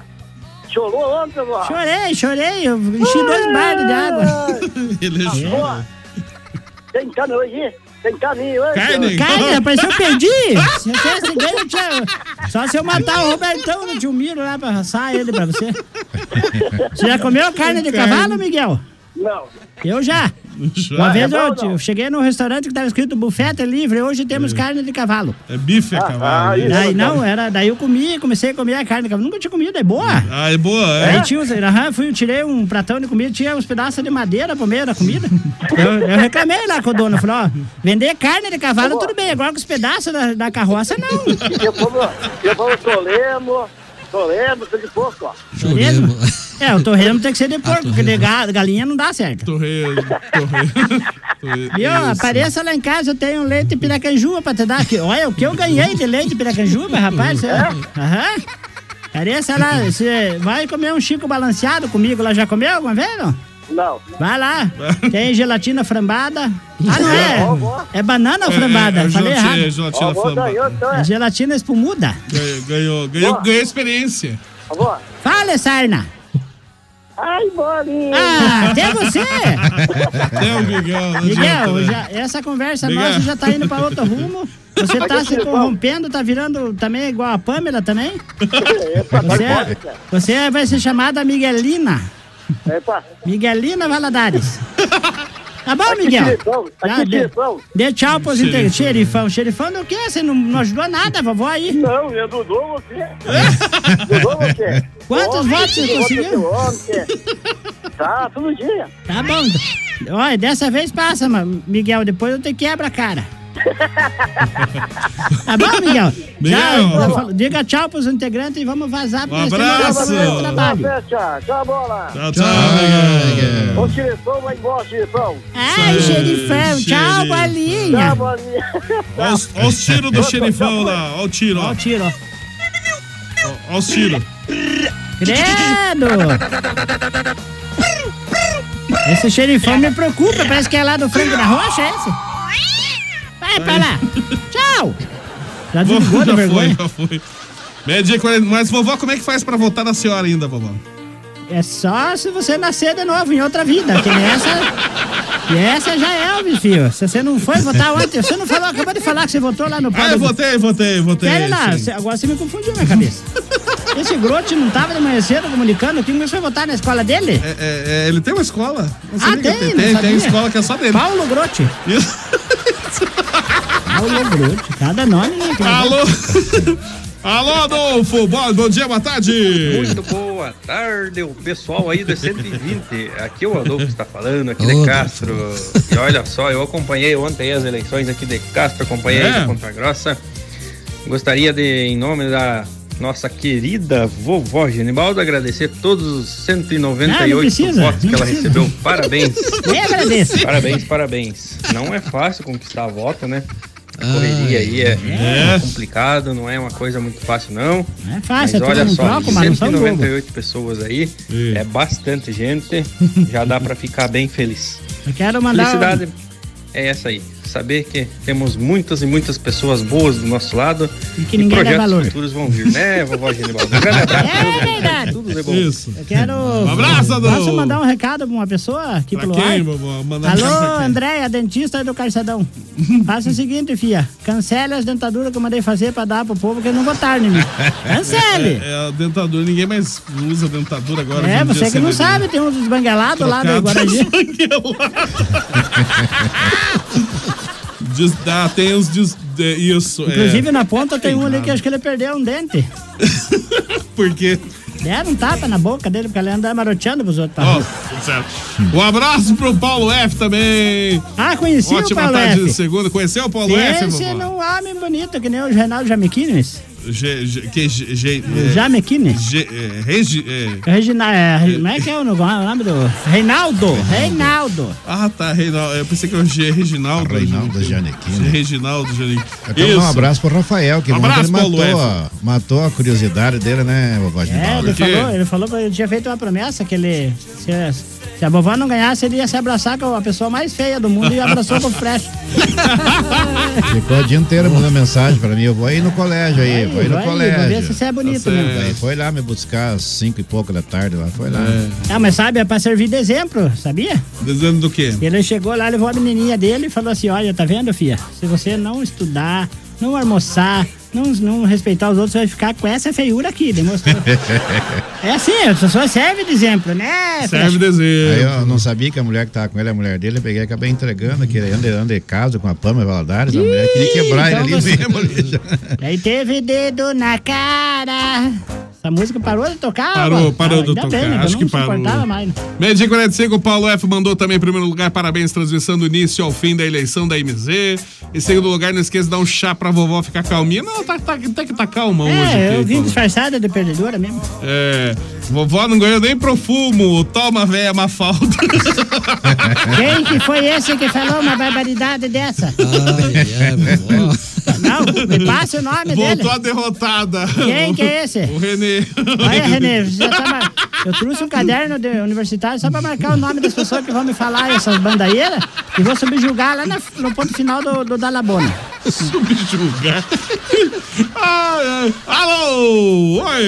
Speaker 19: Chorou ontem, avó?
Speaker 9: Chorei, chorei. Eu enchi dois bardos de água.
Speaker 3: Ele
Speaker 14: tá
Speaker 19: chorou. Tem carne hoje? Tem carne hoje?
Speaker 9: Carne, rapaz, se eu perdi. Se eu tivesse ganho, eu tinha... Só se eu matar o Robertão do Dilmiro lá pra assar ele pra você. Você já comeu carne de
Speaker 19: Carne.
Speaker 9: cavalo, Miguel?
Speaker 19: Não.
Speaker 9: Eu já.
Speaker 3: Ah, é
Speaker 9: Uma vez eu, eu cheguei num restaurante que estava escrito bufeta livre, hoje temos carne de cavalo.
Speaker 3: É bife, é cavalo. né?
Speaker 9: Ah, daí não, era, daí eu comi, comecei a comer a carne de cavalo. Nunca tinha comido, é boa.
Speaker 3: Ah, é boa, é?
Speaker 9: Aí tinha uns, aham, fui, tirei um pratão de comida, tinha uns pedaços de madeira pro meio da comida. Eu, eu reclamei lá com o dono, falei, ó, vender carne de cavalo tudo bem, agora com os pedaços da, da carroça não.
Speaker 19: Eu vou, eu vou Tolemo, Tolemo, tudo de pouco, ó.
Speaker 9: Torresmo? É, o torresmo tem que ser de porco, porque de ga- galinha não dá certo.
Speaker 3: Ah, Torresmo, torresmo.
Speaker 9: Viu? Apareça lá em casa, eu tenho um leite piracanjuba pra te dar. aqui. Olha, o que eu ganhei de leite piracanjuba, rapaz.
Speaker 3: É?
Speaker 9: você- Aham. Apareça lá, você vai comer um chico balanceado comigo lá. Já comeu alguma vez, não?
Speaker 19: Não.
Speaker 9: Vai lá. Tem gelatina frambada. Ah, não é? É banana ou
Speaker 3: É, é,
Speaker 9: frambada?
Speaker 3: é
Speaker 9: Falei
Speaker 3: gelatina,
Speaker 9: errado.
Speaker 3: é gelatina Ó, vou frambada. ganhar, então, é.
Speaker 9: É gelatina espumuda.
Speaker 3: Ganhou, ganhou, ganhou, ganhou experiência.
Speaker 19: Avó,
Speaker 9: Fala, Sarna.
Speaker 20: Ai, bolinha!
Speaker 9: Ah, até você!
Speaker 3: Não, Miguel, não adianta,
Speaker 9: Miguel,
Speaker 3: né?
Speaker 9: já- essa conversa
Speaker 3: Miguel.
Speaker 9: nossa já tá indo pra outro rumo. Você
Speaker 20: Mas
Speaker 9: tá
Speaker 20: que
Speaker 9: se
Speaker 20: chefão.
Speaker 9: corrompendo, tá virando também igual a Pâmela também?
Speaker 20: É, tá
Speaker 9: Você, é-
Speaker 20: alcoólica.
Speaker 9: você vai ser chamada Miguelina. Miguelina Valadares. Tá bom,
Speaker 20: Aqui,
Speaker 9: Miguel?
Speaker 20: xerifão, aqui,
Speaker 9: Já dê,
Speaker 20: xerifão.
Speaker 9: dê tchau pros
Speaker 20: Xerifão.
Speaker 9: integrantes. Xerifão, xerifão do quê? Você não, não ajudou nada, vovó aí?
Speaker 20: Não, eu Dudou você. é Dudou você.
Speaker 9: Quantos
Speaker 20: Homem,
Speaker 9: votos você
Speaker 20: eu voto no
Speaker 9: conseguiu?
Speaker 20: seu homem, que- Tá, todo dia.
Speaker 9: Tá bom. Olha, dessa vez passa, mano. Miguel, depois eu te quebra a cara. tá bom, Miguel?
Speaker 20: Miguel.
Speaker 9: Já- já falou. diga tchau pros integrantes e vamos vazar porque
Speaker 20: Um
Speaker 9: nós temos que
Speaker 20: abraço.
Speaker 9: fazer o trabalho.
Speaker 20: Tchau, tchau, bola.
Speaker 3: Tchau, tchau,
Speaker 9: Ah, é,
Speaker 3: Miguel.
Speaker 20: Ô, xerifão, vai embora, xerifão.
Speaker 9: Ai, xerifão, tchau,
Speaker 3: xerife.
Speaker 9: bolinha.
Speaker 20: Tchau, bolinha.
Speaker 3: Olha os, ó os tiros do xerifão lá, olha o tiro. Olha o
Speaker 9: tiro, ó.
Speaker 3: Olha os tiros.
Speaker 9: Credo! Esse xerifão me preocupa, parece que é lá do frango da rocha, é esse? Vai pra lá! Tchau! Já desligou da
Speaker 3: já foi,
Speaker 9: vergonha?
Speaker 3: já foi. Meio dia e quarenta- Mas, vovó, como é que faz pra votar na senhora ainda, vovó?
Speaker 9: É só se você nascer de novo em outra vida, que nessa. E essa já é, meu filho. Se você não foi votar ontem, você não falou, acabou de falar que você votou lá no
Speaker 3: Ah, eu votei, votei, votei.
Speaker 9: Pera lá,
Speaker 3: sim.
Speaker 9: cê- agora você me confundiu na cabeça. Esse Grote não tava de manhã cedo comunicando que começou a votar na escola dele?
Speaker 3: É, é, ele tem uma escola? Não
Speaker 9: Ah,
Speaker 3: sabia que
Speaker 9: tem,
Speaker 3: tem,
Speaker 9: não
Speaker 3: tem,
Speaker 9: sabia.
Speaker 3: escola que é só dele.
Speaker 9: Paulo Grote.
Speaker 3: Isso.
Speaker 9: Paulo Grote, cada nome, né?
Speaker 3: Alô? Alô, Adolfo! Bom, bom dia, boa tarde!
Speaker 21: Muito boa tarde, o pessoal aí da 120. Aqui é o Adolfo está falando, aqui
Speaker 3: Ô,
Speaker 21: de Castro. E olha só, eu acompanhei ontem as eleições aqui de Castro, acompanhei
Speaker 3: É?
Speaker 21: de Ponta Grossa. Gostaria de, em nome da nossa querida vovó Genibaldo, agradecer todos os 198
Speaker 9: Ah, não precisa,
Speaker 21: votos que
Speaker 9: não
Speaker 21: ela
Speaker 9: precisa.
Speaker 21: recebeu. Parabéns!
Speaker 9: Nem agradeço.
Speaker 21: Parabéns, parabéns. Não é fácil conquistar voto, né? A correria aí é,
Speaker 3: É.
Speaker 21: é complicado, não é uma coisa muito fácil, não.
Speaker 9: Não é fácil, é
Speaker 21: mas
Speaker 9: todo
Speaker 21: olha
Speaker 9: mundo
Speaker 21: só,
Speaker 9: troca, mas não são bobo.
Speaker 21: 198 pessoas aí, é bastante gente, já dá pra ficar bem feliz.
Speaker 9: Eu quero mandar. um-
Speaker 21: Felicidade é essa aí, saber que temos muitas e muitas pessoas boas do nosso lado
Speaker 9: e que ninguém dá
Speaker 21: projetos
Speaker 9: valor. É,
Speaker 21: futuros vão vir, né, vovó Genibaldo? Um grande abraço, tudo de bom. tudo de bom.
Speaker 3: Isso.
Speaker 9: Eu quero.
Speaker 3: Um abraço, Adolfo.
Speaker 9: Posso mandar um recado pra uma pessoa aqui
Speaker 3: Pra
Speaker 9: pro
Speaker 3: quem,
Speaker 9: ar?
Speaker 3: vovó? Mandar um recado pra
Speaker 9: Alô,
Speaker 3: quem?
Speaker 9: Andréia, dentista do Carçadão. Faça o seguinte, fia. Cancele as dentaduras que eu mandei fazer pra dar pro povo que eles não votaram em mim. Cancele!
Speaker 3: É, é, a dentadura, ninguém mais usa dentadura agora.
Speaker 9: É,
Speaker 3: hoje em dia,
Speaker 9: você que
Speaker 3: sem
Speaker 9: não
Speaker 3: dentadura.
Speaker 9: sabe, tem uns esbangalados lá do
Speaker 3: Trocado.
Speaker 9: Guarani.
Speaker 3: Diz, dá, tem uns. Diz, é, isso. é.
Speaker 9: Inclusive na ponta tem um ali que
Speaker 3: nada.
Speaker 9: acho que ele perdeu um dente.
Speaker 3: Por quê?
Speaker 9: Deram um tapa na boca dele, porque ele anda maroteando pros outros. tá?
Speaker 3: Ó, tudo certo. Um abraço pro Paulo F também.
Speaker 9: Ah, conheci o
Speaker 3: Ótima
Speaker 9: Paulo
Speaker 3: tarde
Speaker 9: F.
Speaker 3: de segunda. Conheceu o Paulo F,
Speaker 9: Esse
Speaker 3: vovó?
Speaker 9: não é homem bonito, que nem o Reinaldo Jamequines.
Speaker 3: Ge- ge- que ge- ge- é,
Speaker 9: Jamequines?
Speaker 3: ge- é, regi- é.
Speaker 9: Regina, é, Re- como é que é o nome- o nome do. Reinaldo! Reinaldo!
Speaker 3: Ah, tá, Reinaldo. Eu pensei que era o G. Reginaldo. Reinaldo Janequim. Reginaldo Janequim.
Speaker 8: Eu quero dar um abraço pro Rafael, que
Speaker 3: Um
Speaker 8: ontem
Speaker 3: abraço,
Speaker 8: ele matou,
Speaker 3: Paulo F.
Speaker 8: ó, matou a curiosidade dele, né, vovó
Speaker 9: É,
Speaker 8: Genibaldo?
Speaker 9: ele falou, ele falou que ele tinha feito uma promessa que ele. Se, se a vovó não ganhasse, ele ia se abraçar com a pessoa mais feia do mundo e abraçou com o Fresh.
Speaker 8: Ficou o dia inteiro mandando mensagem pra mim. Eu vou ir no colégio aí, vou ir no
Speaker 9: vai,
Speaker 8: colégio.
Speaker 9: vou ver se você é bonito Tá mesmo. certo.
Speaker 8: Aí foi lá me buscar às cinco e pouco da tarde lá, foi lá.
Speaker 9: Ah, mas sabe, é pra servir de exemplo, sabia?
Speaker 3: Dizendo do quê?
Speaker 9: Ele chegou lá, levou a menininha dele e falou assim: Olha, tá vendo, filha? Se você não estudar, não almoçar, não, não respeitar os outros, você vai ficar com essa feiura aqui. Demonstrou. é assim, a pessoa serve de exemplo, né? Fresh?
Speaker 8: Aí eu não sabia que a mulher que tava com ele, a mulher dele, eu peguei e acabei entregando, que ele anda, anda de casa com a Pamela Valadares, a mulher queria quebrar
Speaker 9: então
Speaker 8: ele ali
Speaker 9: você-
Speaker 8: mesmo. ali já.
Speaker 9: Aí teve dedo na cara. Essa música parou de tocar?
Speaker 3: Parou,
Speaker 9: mano?
Speaker 3: parou
Speaker 9: Ah,
Speaker 3: de
Speaker 9: ainda
Speaker 3: tocar.
Speaker 9: Bem, né,
Speaker 3: Acho
Speaker 9: eu
Speaker 3: que
Speaker 9: não
Speaker 3: parou.
Speaker 9: suportava mais. né?
Speaker 3: Meio dia e 45, o Paulo F mandou também em primeiro lugar, parabéns, transmissão do início ao fim da eleição da MZ. Em segundo lugar, não esqueça de dar um chá pra vovó ficar calminha. Não, tá, tá, até que tá calma hoje.
Speaker 9: É,
Speaker 3: aqui,
Speaker 9: eu vim
Speaker 3: Paulo.
Speaker 9: disfarçada de perdedora mesmo.
Speaker 3: É, vovó não ganhou nem profumo. Toma, véia, Mafalda.
Speaker 9: Quem que foi esse que falou uma barbaridade dessa? Não, me passa o nome dele.
Speaker 3: Voltou a derrotada.
Speaker 9: Quem que é esse?
Speaker 3: O Renê.
Speaker 9: Olha, Renê, você tá mar- eu trouxe um caderno de universitário só pra marcar o nome das pessoas que vão me falar essas bandaieiras e vou subjugar lá na- no ponto final do, do Dalabona.
Speaker 3: Subjugar? Alô! Oi!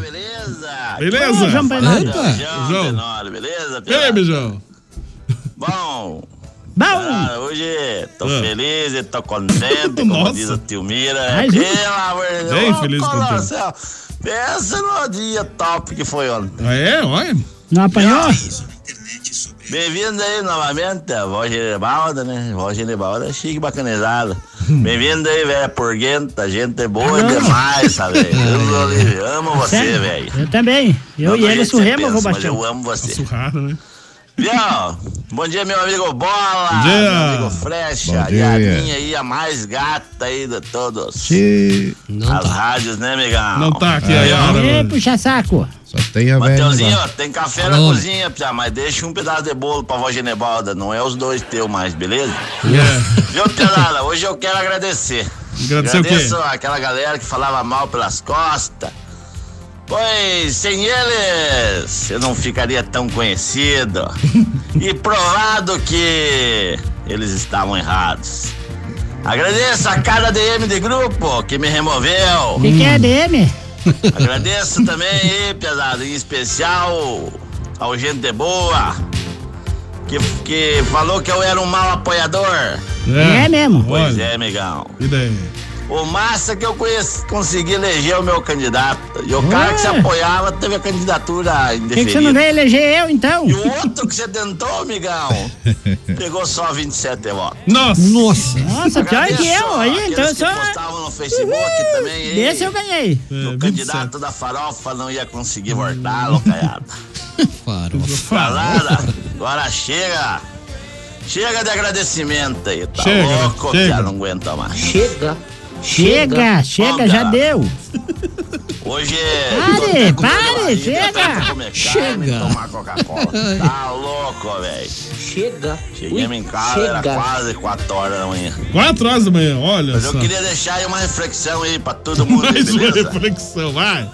Speaker 22: Beleza?
Speaker 3: Beleza?
Speaker 9: Ô, João Bernardo.
Speaker 3: Opa. João.
Speaker 19: beleza?
Speaker 3: E aí, Bijão?
Speaker 19: É, Bom.
Speaker 9: Bom.
Speaker 19: hoje tô
Speaker 3: Ah.
Speaker 19: feliz e tô contente, como diz o tio Mira.
Speaker 3: Ai,
Speaker 19: Pelo
Speaker 3: gente.
Speaker 19: amor de Deus.
Speaker 3: Bem
Speaker 19: Ô,
Speaker 3: feliz com
Speaker 19: Colosso,
Speaker 3: o
Speaker 19: Pensa no dia top que foi ontem.
Speaker 3: Ah, é? Olha. Não apanhou?
Speaker 19: Bem-vindos aí novamente, a voz Genibalda, né? Voz Genibalda é chique, bacanizada.
Speaker 3: Hum.
Speaker 19: Bem-vindo aí, velho, porguenta, gente
Speaker 3: Ah,
Speaker 19: boa demais, sabe? Deus Olívio, amo você,
Speaker 9: Sério?
Speaker 19: velho.
Speaker 9: Tá Eu também. Eu
Speaker 19: Não
Speaker 9: e
Speaker 19: do
Speaker 9: ele
Speaker 19: jeito que você
Speaker 9: surremos,
Speaker 19: pensa,
Speaker 9: vou baixar.
Speaker 19: Mas eu amo
Speaker 8: Tá
Speaker 19: você.
Speaker 8: né?
Speaker 19: Viu? Bom dia, meu amigo Bola.
Speaker 9: Bom dia.
Speaker 19: Meu amigo Frecha.
Speaker 8: Bom
Speaker 19: E a
Speaker 8: dia.
Speaker 19: minha aí, a mais gata aí de todos.
Speaker 8: Se
Speaker 19: As rádios, né, amigão?
Speaker 8: Não tá aqui, aí, ó.
Speaker 9: Ê, É, puxa saco.
Speaker 8: só tem a velha.
Speaker 19: Mateuzinho,
Speaker 8: lá.
Speaker 19: ó, tem café na
Speaker 8: Falou.
Speaker 19: cozinha, Pia, mas deixa um pedaço de bolo pra vó Genebalda. Não é os dois teus mais, beleza? Viu, Pialada? Hoje eu quero agradecer.
Speaker 3: É. Agradecer o quê?
Speaker 19: Agradeço aquela galera que falava mal pelas costas. Pois sem eles eu não ficaria tão conhecido. e provado que eles estavam errados. Agradeço a cada DM de grupo que me removeu.
Speaker 9: O que, que é DM?
Speaker 19: Agradeço também aí, pesado, em especial ao gente de boa, que, que falou que eu era um mau apoiador.
Speaker 9: É, mesmo.
Speaker 19: Pois é, amigão.
Speaker 3: E daí?
Speaker 19: O massa que eu conheci, consegui eleger o meu candidato. E o cara que se
Speaker 9: Ué.
Speaker 19: apoiava teve a candidatura
Speaker 9: Por que, que você não
Speaker 19: indeferida.
Speaker 9: veio eleger eu, então?
Speaker 19: E o outro que você tentou, amigão, pegou só 27 votos.
Speaker 3: Nossa.
Speaker 1: Nossa.
Speaker 9: Nossa, pior que eu aí, então eu
Speaker 19: Aqueles
Speaker 9: sou.
Speaker 19: que postavam no Facebook também. aí.
Speaker 9: Desse eu ganhei.
Speaker 19: O candidato da farofa não ia conseguir voltar, loucaiada. Galera, agora chega. Chega de agradecimento aí, tá
Speaker 9: Chega,
Speaker 19: louco?
Speaker 9: chega.
Speaker 19: Piá, não aguenta mais. Chega.
Speaker 9: Chega, chega, já deu.
Speaker 19: Hoje
Speaker 9: Pare,
Speaker 19: é
Speaker 9: pare, chega.
Speaker 19: Chega. tomar Coca-Cola. Tá louco, velho. Chega. Chegamos em casa, era
Speaker 3: chega.
Speaker 19: quase 4 horas da manhã.
Speaker 3: Quatro horas da manhã, olha
Speaker 19: Mas
Speaker 3: só.
Speaker 19: eu queria deixar aí uma reflexão aí pra todo mundo, aí,
Speaker 3: Mais uma
Speaker 19: beleza?
Speaker 3: reflexão, vai.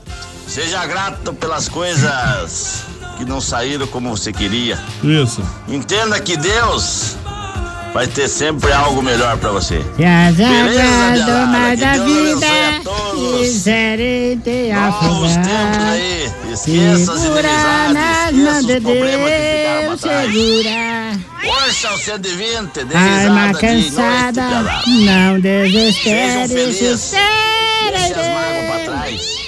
Speaker 19: Seja grato pelas coisas que não saíram como você queria.
Speaker 3: Isso.
Speaker 19: Entenda que Deus vai ter sempre algo melhor pra você.
Speaker 9: Beleza, mais da
Speaker 19: Deus
Speaker 9: vida. Quiserem te afundar.
Speaker 19: aí. Esqueça as
Speaker 9: Segura nas
Speaker 19: inimizades,
Speaker 9: mãos
Speaker 19: esqueça
Speaker 9: de
Speaker 19: os problemas que
Speaker 9: Deus,
Speaker 19: ficaram pra
Speaker 9: segura.
Speaker 19: trás. Força ao 120, dê
Speaker 9: Alma
Speaker 19: risada de noite,
Speaker 9: cansada,
Speaker 19: piada.
Speaker 9: não
Speaker 19: Sejam
Speaker 9: desespere
Speaker 19: felizes,
Speaker 9: se
Speaker 19: deixe as mágoas pra trás.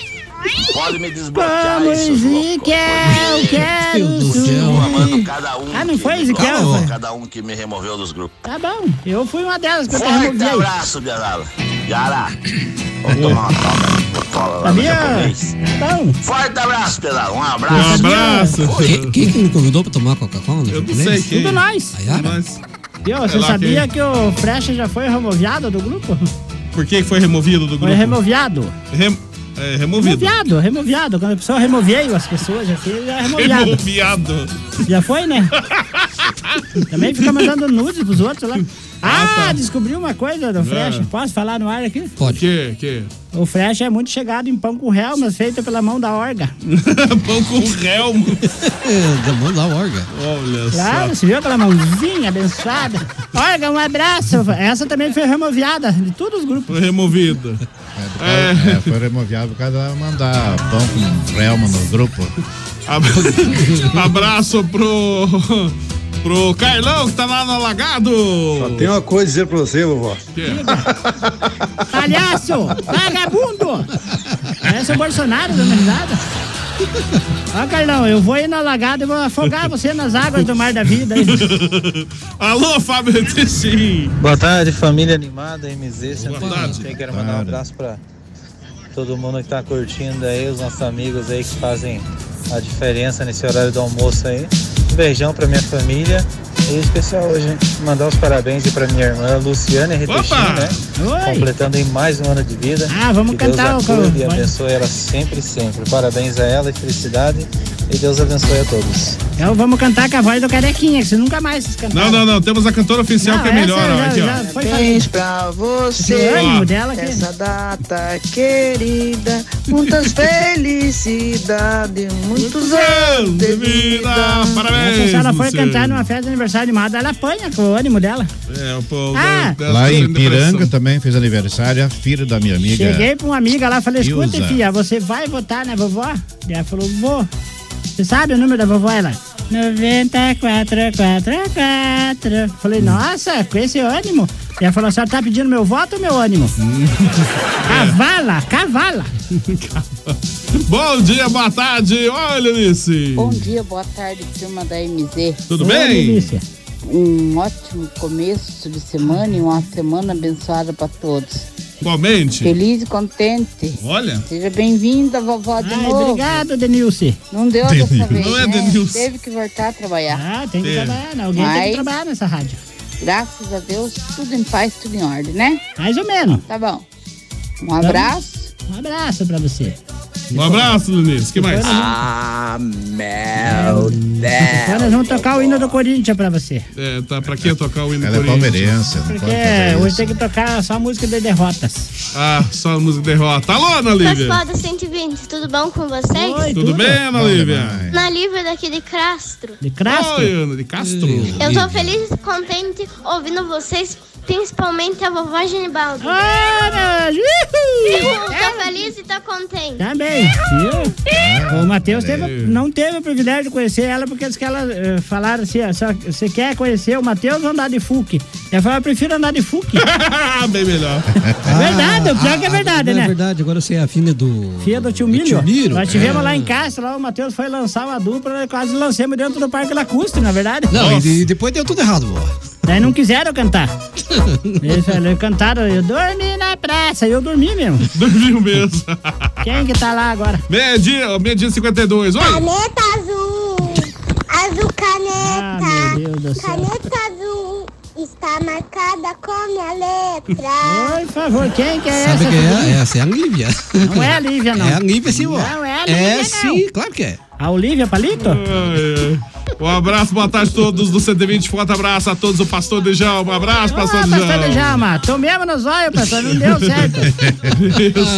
Speaker 19: Pode me desbloquear
Speaker 9: Como
Speaker 19: isso, louco.
Speaker 9: Ezequiel, é quero
Speaker 19: Eu amando
Speaker 9: subir.
Speaker 19: cada um.
Speaker 9: Ah, não
Speaker 19: que
Speaker 9: foi
Speaker 19: me
Speaker 9: Ezequiel,
Speaker 19: colocou,
Speaker 9: foi?
Speaker 19: Cada um que me removeu dos grupos.
Speaker 9: Tá bom, eu fui uma delas que eu te
Speaker 19: Forte
Speaker 9: removi.
Speaker 19: abraço, Biarala. Biara, vamos tomar uma toca de Coca-Cola lá no
Speaker 9: Sabia?
Speaker 19: japonês.
Speaker 9: Então.
Speaker 19: Forte abraço, Biarala. Um abraço.
Speaker 1: Quem, quem que me convidou pra tomar Coca-Cola? Eu
Speaker 9: Tudo nós. Viu, você
Speaker 3: Sei lá
Speaker 9: sabia
Speaker 3: quem.
Speaker 9: que o Frecha já foi removiado do grupo?
Speaker 3: Por que foi removido do grupo?
Speaker 9: Foi removiado.
Speaker 3: Rem- é, removido.
Speaker 9: Removiado, removiado. Quando a pessoa removeio as pessoas, já foi já é removiado.
Speaker 3: Removiado.
Speaker 9: Já foi, né? Também fica mandando nudes pros outros lá. Ah, descobri uma coisa do Frecha.
Speaker 3: É.
Speaker 9: Posso falar no ar aqui?
Speaker 1: Pode.
Speaker 3: Que, que?
Speaker 9: O Fresh é muito chegado em pão com relmas feito pela mão da orga.
Speaker 3: Pão com relmo.
Speaker 1: da mão da orga.
Speaker 3: Olha
Speaker 9: Claro, você viu aquela mãozinha abençoada? Orga, um abraço. Essa também foi removiada de todos os grupos.
Speaker 3: Foi removida.
Speaker 8: É, é, foi removiado por causa de mandar pão com relma no grupo.
Speaker 3: Ab- Abraço pro. pro Carlão que tá lá no alagado.
Speaker 9: um-
Speaker 3: Só
Speaker 22: Tem uma coisa a dizer pra você, vovó.
Speaker 9: Palhaço! Vagabundo! Parece o Bolsonaro dando risada. Ó, Carlão, eu vou ir na lagada e vou afogar você nas águas do mar da vida. aí.
Speaker 3: Alô, Fábio Tessin.
Speaker 23: Boa tarde, família animada, MZ. Boa
Speaker 3: tarde.
Speaker 23: Quero mandar um abraço pra todo mundo que tá curtindo aí, os nossos amigos aí que fazem a diferença nesse horário do almoço aí. Um beijão pra minha família. E em especial hoje, hein? mandar os parabéns aí pra minha irmã Luciana Retechim,
Speaker 9: Opa! é,
Speaker 23: né?
Speaker 9: Oi!
Speaker 23: Completando aí mais um ano de vida.
Speaker 9: Ah, vamos
Speaker 23: que Deus
Speaker 9: cantar o
Speaker 23: a cure
Speaker 9: coro.
Speaker 23: e abençoe ela sempre, sempre. Parabéns a ela e felicidade. E Deus abençoe a todos.
Speaker 9: Então vamos cantar com a voz do Carequinha, que você nunca mais cantar.
Speaker 3: Não, não, não. Temos a cantora oficial
Speaker 9: Não,
Speaker 3: que é
Speaker 9: essa
Speaker 3: melhor. ó,
Speaker 9: já-
Speaker 3: aqui, ó.
Speaker 9: já foi
Speaker 4: Parabéns
Speaker 9: falado.
Speaker 4: pra você.
Speaker 9: Que ânimo dela aqui.
Speaker 4: Essa data querida, muitas felicidades, muitos anos de vida.
Speaker 9: Se ela for
Speaker 3: você.
Speaker 9: cantar numa festa de aniversário de Mada, ela apanha com o ânimo dela.
Speaker 3: É, o povo
Speaker 9: Ah!
Speaker 3: da- da-
Speaker 8: Lá em
Speaker 3: da
Speaker 8: Piranga
Speaker 3: depressão.
Speaker 8: também fez aniversário, a filha da minha amiga.
Speaker 9: Cheguei pra uma amiga lá e falei, escuta,
Speaker 8: Ilza.
Speaker 9: filha, você vai votar na vovó? E ela falou, vou. Você sabe o número da vovó? Ela, 9444. Falei, nossa, com esse ânimo. E ela falou, a senhora tá pedindo meu voto ou meu ânimo? cavala, cavala.
Speaker 3: Bom dia, boa tarde. Olha, Alice.
Speaker 5: Bom dia, boa tarde, turma da MZ.
Speaker 3: Tudo Oi, bem? Delícia.
Speaker 5: Um ótimo começo de semana e uma semana abençoada para todos.
Speaker 3: Igualmente.
Speaker 5: Feliz e contente.
Speaker 3: Olha.
Speaker 5: Seja bem-vinda, vovó, de novo.
Speaker 9: Ah, Obrigado, Denilce.
Speaker 5: Não deu dessa
Speaker 9: Denilce.
Speaker 5: vez,
Speaker 9: Não é,
Speaker 5: né?
Speaker 9: Denilce.
Speaker 5: Teve que voltar a trabalhar.
Speaker 9: Ah, tem que
Speaker 5: É.
Speaker 9: trabalhar, né? Alguém tem
Speaker 5: Mas-
Speaker 9: que trabalhar nessa rádio.
Speaker 5: Graças a Deus, tudo em paz, tudo em ordem, né?
Speaker 9: Mais ou menos.
Speaker 5: Tá bom. Um abraço.
Speaker 9: Um abraço pra você.
Speaker 3: Um abraço, Denise. que mais?
Speaker 5: Ah, É
Speaker 3: meu
Speaker 9: Agora nós vamos tocar o hino do Corinthians pra você.
Speaker 3: É, tá, pra que tocar o hino
Speaker 8: Ela é palmeirense, não
Speaker 9: Porque É,
Speaker 3: é
Speaker 9: hoje tem que tocar só a música de derrotas.
Speaker 3: Ah, só a música derrota. Alô, Tá Ana Lívia.
Speaker 22: Pessoal da 120, tudo bom com vocês?
Speaker 3: Tudo bem, Ana Lívia?
Speaker 22: Na Lívia daqui de Castro.
Speaker 9: De
Speaker 3: Castro? Oi, Ana, de Castro.
Speaker 22: Eu tô feliz e contente ouvindo vocês, principalmente a vovó Genibaldo.
Speaker 9: Ah, É.
Speaker 22: tô feliz e tô contente.
Speaker 9: Também.
Speaker 1: É.
Speaker 9: viu? O Matheus teve- não teve o privilégio de conhecer ela, porque diz que ela eh, falaram assim: ó, só- você quer conhecer o Matheus ou andar de Fuque? Ela falou: eu prefiro andar de Fuque.
Speaker 3: Bem melhor.
Speaker 9: verdade, o pior que é verdade,
Speaker 1: Ah, É
Speaker 9: né?
Speaker 1: verdade, agora você é a filha do.
Speaker 9: Filha do tio
Speaker 1: do
Speaker 9: Milho.
Speaker 1: tio Milho,
Speaker 9: Nós tivemos
Speaker 1: é.
Speaker 9: lá em casa, lá o Matheus foi lançar uma dupla, nós quase lancemos dentro do Parque Lacustre, na é verdade.
Speaker 1: Não, e, e depois deu tudo errado, vó.
Speaker 9: Daí não quiseram cantar. Eles falaram, cantaram, eu dormi na praça, e eu dormi mesmo.
Speaker 3: Dormiu mesmo.
Speaker 9: Quem que tá lá agora?
Speaker 3: Meia-dia, meia-dia e 52. Oi.
Speaker 22: Caneta azul. Azul caneta.
Speaker 9: Ah,
Speaker 22: caneta azul. Está marcada com minha letra.
Speaker 9: Por favor, quem que é
Speaker 1: Sabe
Speaker 9: essa?
Speaker 1: quem é? Essa é a Lívia.
Speaker 9: Não é a Lívia, não.
Speaker 1: É a Lívia, sim, vó.
Speaker 9: Não é a Lívia,
Speaker 1: É
Speaker 9: não.
Speaker 1: sim, claro que é.
Speaker 9: A Olivia Palito?
Speaker 3: Ai, ai. Um abraço, boa tarde a todos do 120. Forte abraço a todos. O pastor Dejalma. Um abraço, pastor
Speaker 9: Ah, pastor
Speaker 3: Dejalma.
Speaker 9: Djalma, tomemos nos olhos, pastor, não deu certo.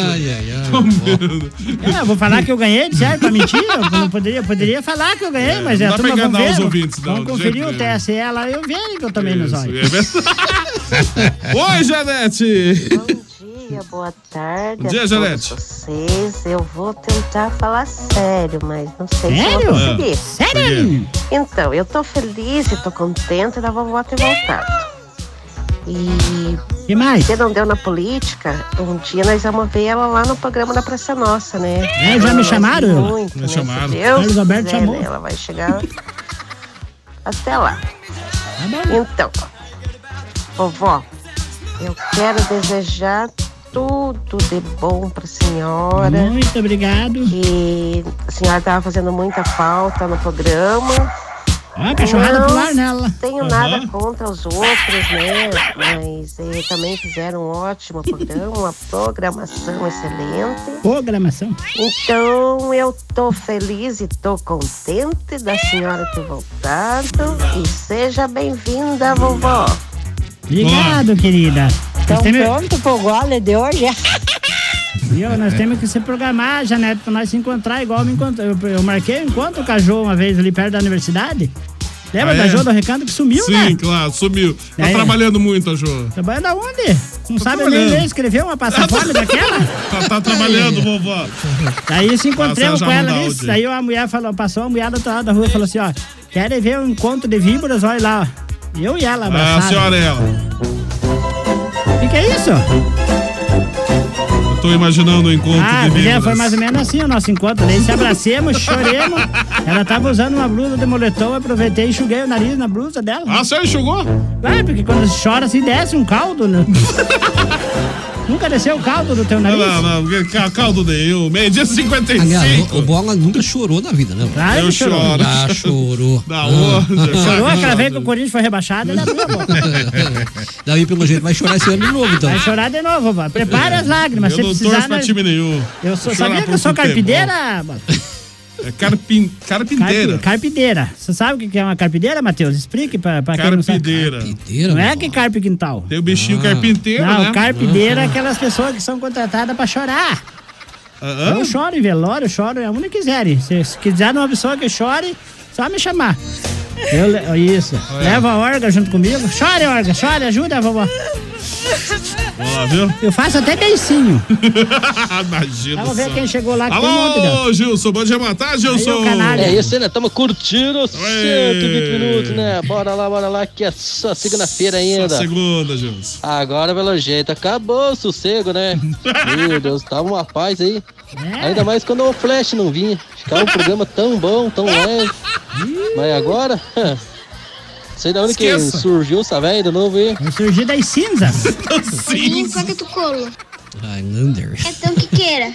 Speaker 3: Ai, ai, ai.
Speaker 9: É, eu vou falar que eu ganhei, de certo, pra mentir, eu não poderia, eu poderia falar que eu ganhei,
Speaker 3: É,
Speaker 9: mas
Speaker 3: não
Speaker 9: é,
Speaker 3: dá pra
Speaker 9: turma, vamos
Speaker 3: enganar
Speaker 9: ver,
Speaker 3: os ouvintes, não,
Speaker 9: Vamos
Speaker 3: de
Speaker 9: conferir
Speaker 3: jeito
Speaker 9: o
Speaker 3: nenhum.
Speaker 9: TSE lá e eu vejo que eu tomei nos
Speaker 3: Isso,
Speaker 9: olhos.
Speaker 3: é verdade. Oi, Janete.
Speaker 24: dia, boa tarde.
Speaker 3: Bom dia,
Speaker 24: a todos
Speaker 3: Janete.
Speaker 24: Vocês, eu vou tentar falar sério, mas não sei se
Speaker 3: Sério?
Speaker 24: eu vou conseguir.
Speaker 3: É. Sério?
Speaker 24: Então, eu tô feliz e tô contente da vovó ter voltado. E.
Speaker 9: E mais?
Speaker 24: Você não deu na política? Um dia nós vamos ver ela lá no programa da Praça Nossa, né?
Speaker 9: É, já me
Speaker 24: Mas
Speaker 9: chamaram?
Speaker 24: Muito,
Speaker 9: Me
Speaker 24: né? Se
Speaker 9: chamaram.
Speaker 24: Deus
Speaker 9: Carlos Alberto
Speaker 24: quiser,
Speaker 9: chamou.
Speaker 24: né? Ela vai chegar até lá. Então, vovó, eu quero desejar tudo de bom pra senhora.
Speaker 9: Muito obrigado.
Speaker 24: Que a senhora tava fazendo muita falta no programa.
Speaker 9: Ó, cachorrada
Speaker 24: Não
Speaker 9: pular nela.
Speaker 24: Tenho nada contra os outros, né? Mas eh, também fizeram um ótimo programa, uma programação excelente.
Speaker 9: Programação.
Speaker 24: Então eu tô feliz e tô contente da senhora ter voltado. E seja bem-vinda, vovó.
Speaker 9: Obrigado, querida. Nós
Speaker 24: Então,
Speaker 9: temos-
Speaker 24: pronto pro gole de hoje?
Speaker 9: Viu? Nós temos que se programar, Janete, pra nós se encontrar igual eu me encontro. Eu, eu marquei um encontro com a Jo uma vez ali perto da universidade. Lembra
Speaker 3: Ah,
Speaker 9: da
Speaker 3: é?
Speaker 9: Jo do Recanto que sumiu,
Speaker 3: Sim,
Speaker 9: né?
Speaker 3: claro, sumiu. Tá
Speaker 9: É.
Speaker 3: trabalhando muito, a Jo.
Speaker 9: Trabalhando aonde? Não sabe nem
Speaker 3: trabalhando.
Speaker 9: ler, escrever uma passaforte daquela?
Speaker 3: Tá, tá trabalhando, vovó.
Speaker 9: Daí se encontramos
Speaker 3: Nossa,
Speaker 9: com
Speaker 3: já
Speaker 9: ela
Speaker 3: manda
Speaker 9: ali.
Speaker 3: áudio.
Speaker 9: Daí uma mulher falou, passou uma mulher do outro lado da rua e falou assim, ó, querem ver um encontro de víboras, olha lá, ó. Eu e ela,
Speaker 3: Ah, a
Speaker 9: abraçada.
Speaker 3: senhora é ela.
Speaker 9: O que, que é isso?
Speaker 3: Eu tô imaginando o encontro
Speaker 9: Ah,
Speaker 3: de
Speaker 9: é,
Speaker 3: víboras.
Speaker 9: foi mais ou menos assim o nosso encontro. Daí se abracemos, choremos. Ela tava usando uma blusa de moletom, eu aproveitei e enxuguei o nariz na blusa dela.
Speaker 3: Ah, você enxugou?
Speaker 9: É, porque quando se chora, se desce um caldo, né? Nunca desceu o caldo do teu
Speaker 3: Não,
Speaker 9: nariz?
Speaker 3: não, não, porque ca- caldo nenhum. Meio-dia e 55.
Speaker 1: Aliás, o, o Bola nunca chorou na vida, né? vó?
Speaker 9: Claro que Eu chorou. choro.
Speaker 1: Ah, chorou.
Speaker 3: Da onde?
Speaker 9: Chorou aquela vez que o Corinthians foi rebaixado, ele abriu a boca.
Speaker 1: Daí, pelo jeito, vai chorar esse ano de novo, então.
Speaker 9: Vai chorar de novo, vó. Prepare as lágrimas.
Speaker 1: Eu
Speaker 9: se
Speaker 1: não torço
Speaker 9: precisar,
Speaker 1: pra
Speaker 9: nós-
Speaker 1: time
Speaker 3: nenhum.
Speaker 9: Eu sou,
Speaker 1: Chorar
Speaker 9: sabia que
Speaker 1: por
Speaker 9: eu sou
Speaker 1: futebol.
Speaker 9: carpideira? Bola?
Speaker 3: É carpin, carpinteira.
Speaker 9: Carpi- Carpideira. Você sabe o que que é uma carpideira, Matheus? Explique pra, pra quem não sabe.
Speaker 3: Carpideira.
Speaker 9: Não é que carpe quintal.
Speaker 3: Tem o bichinho
Speaker 1: Ah.
Speaker 3: carpinteiro,
Speaker 9: não,
Speaker 3: né?
Speaker 9: carpideira é aquelas pessoas que são contratadas pra chorar.
Speaker 3: Ah, ah.
Speaker 9: Eu choro em velório, eu choro é aonde quiserem. Se, se quiser uma pessoa que chore, só me chamar. Eu le- é isso. Leva a Orga junto comigo. Chore, Orga, chore, ajuda a vovó.
Speaker 3: Ó, viu?
Speaker 9: Eu faço até beicinho.
Speaker 3: Imagina.
Speaker 9: Vamos ver quem chegou lá que tem um monte dela.
Speaker 3: Alô, Gilson, bom dia, boa tarde, Gilson.
Speaker 2: É isso aí, né? Tamo curtindo 120 minutos, né? Bora lá, bora lá, que é só segunda-feira ainda.
Speaker 3: Só segunda, Gilson.
Speaker 2: Agora, pelo jeito, acabou o sossego, né? Meu Deus, tava uma paz aí.
Speaker 9: É.
Speaker 2: Ainda mais quando o Flash não vinha. Ficava um programa tão bom, tão leve. Mas agora... Sei da onde que
Speaker 9: Esqueça.
Speaker 2: surgiu essa velha de novo aí.
Speaker 9: Surgiu das cinzas.
Speaker 22: Olhinho coca do colo.
Speaker 9: Highlander.
Speaker 22: É tão que queira.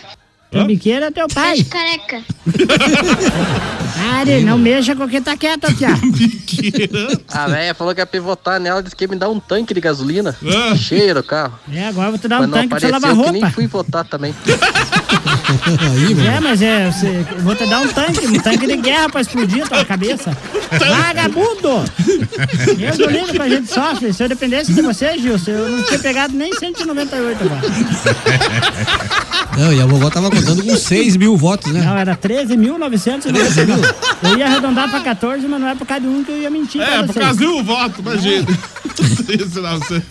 Speaker 9: Tambiqueira é teu pai.
Speaker 22: Faz careca.
Speaker 9: Pare, não mexa com quem tá quieto, tia.
Speaker 2: A véia falou que ia pivotar nela, disse que ia me dar um tanque de gasolina.
Speaker 3: Ah.
Speaker 2: Cheio do carro.
Speaker 9: É, agora eu vou te dar um
Speaker 2: Mas não
Speaker 9: tanque pra você
Speaker 2: apareceu,
Speaker 9: lavar
Speaker 2: que nem né?
Speaker 9: roupa.
Speaker 2: fui votar também.
Speaker 9: É, mas é, você- eu vou te dar um tanque, um tanque de guerra pra explodir tua cabeça. Vagabundo! Eu tô lindo pra gente sofre. Se eu dependesse de você, Gilson, eu não tinha pegado nem 198 agora.
Speaker 1: Não, e a vovó tava contando com 6 mil votos, né?
Speaker 9: Não, era 13.999. Eu ia arredondar pra 14, mas não é por causa de um que eu ia mentir. pra
Speaker 3: É, por
Speaker 9: vocês.
Speaker 3: causa de um voto, imagina. Isso não, você...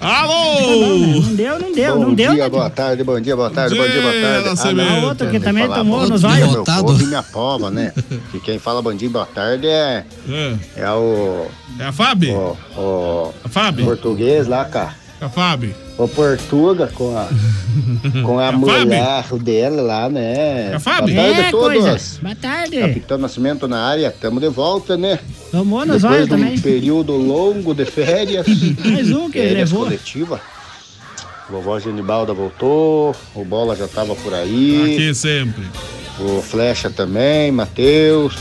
Speaker 9: Não,
Speaker 3: Alô!
Speaker 9: não deu, não deu,
Speaker 6: bom
Speaker 9: não deu.
Speaker 6: dia, boa tarde, bom dia, boa tarde,
Speaker 3: Bom
Speaker 6: bom dia, boa
Speaker 3: dia,
Speaker 6: tarde. Ah,
Speaker 3: nossa amiga.
Speaker 6: não,
Speaker 9: Outro que
Speaker 6: tem
Speaker 9: também
Speaker 6: falar
Speaker 9: tomou
Speaker 6: bom
Speaker 9: nos
Speaker 6: dia,
Speaker 9: olhos.
Speaker 6: meu
Speaker 9: Botado.
Speaker 6: povo e minha pova, né? Que quem fala bom dia, boa tarde é, é o...
Speaker 3: É a Fábio?
Speaker 6: O, o
Speaker 3: a Fábio?
Speaker 6: português lá, cara.
Speaker 3: A Fábio?
Speaker 6: O Portuga com a,
Speaker 3: Uhum.
Speaker 6: com a, mulher dela lá, né?
Speaker 9: É a Fábio?
Speaker 6: Boa tarde
Speaker 9: É,
Speaker 6: a todos.
Speaker 9: coisa. Boa tarde.
Speaker 6: Capitão Nascimento na área, tamo de volta, né?
Speaker 9: Tomou nos
Speaker 6: Depois
Speaker 9: olhos
Speaker 6: de um
Speaker 9: também.
Speaker 6: período longo de férias.
Speaker 9: Mais um que ele
Speaker 6: férias
Speaker 9: levou.
Speaker 6: coletiva. Vovó Genibalda voltou, o Bola já tava por aí.
Speaker 3: Aqui sempre.
Speaker 6: O Flecha também, Matheus.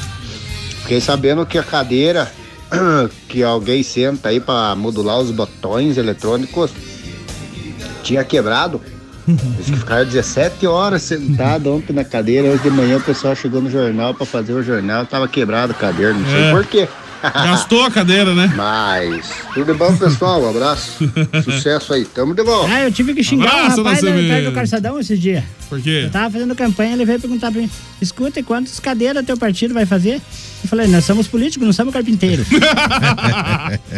Speaker 6: Fiquei sabendo que a cadeira que alguém senta aí pra modular os botões eletrônicos tinha quebrado. Diz que ficaram 17 horas sentado ontem na cadeira. Hoje de manhã o pessoal chegou no jornal pra fazer o jornal. Tava quebrado a cadeira, não sei
Speaker 3: É.
Speaker 6: por quê.
Speaker 3: Gastou a cadeira, né?
Speaker 6: Mas, tudo de bom, pessoal. Um abraço. Sucesso aí. Tamo de volta.
Speaker 9: Ah, eu tive que xingar
Speaker 3: né,
Speaker 6: Abraço,
Speaker 9: o rapaz
Speaker 6: nossa
Speaker 9: da
Speaker 6: amiga.
Speaker 9: perto do calçadão esse dia.
Speaker 3: Por quê?
Speaker 9: Eu tava fazendo campanha, ele veio perguntar pra mim, escuta, e quantas cadeiras teu partido vai fazer? Eu falei, nós somos políticos, não somos carpinteiros.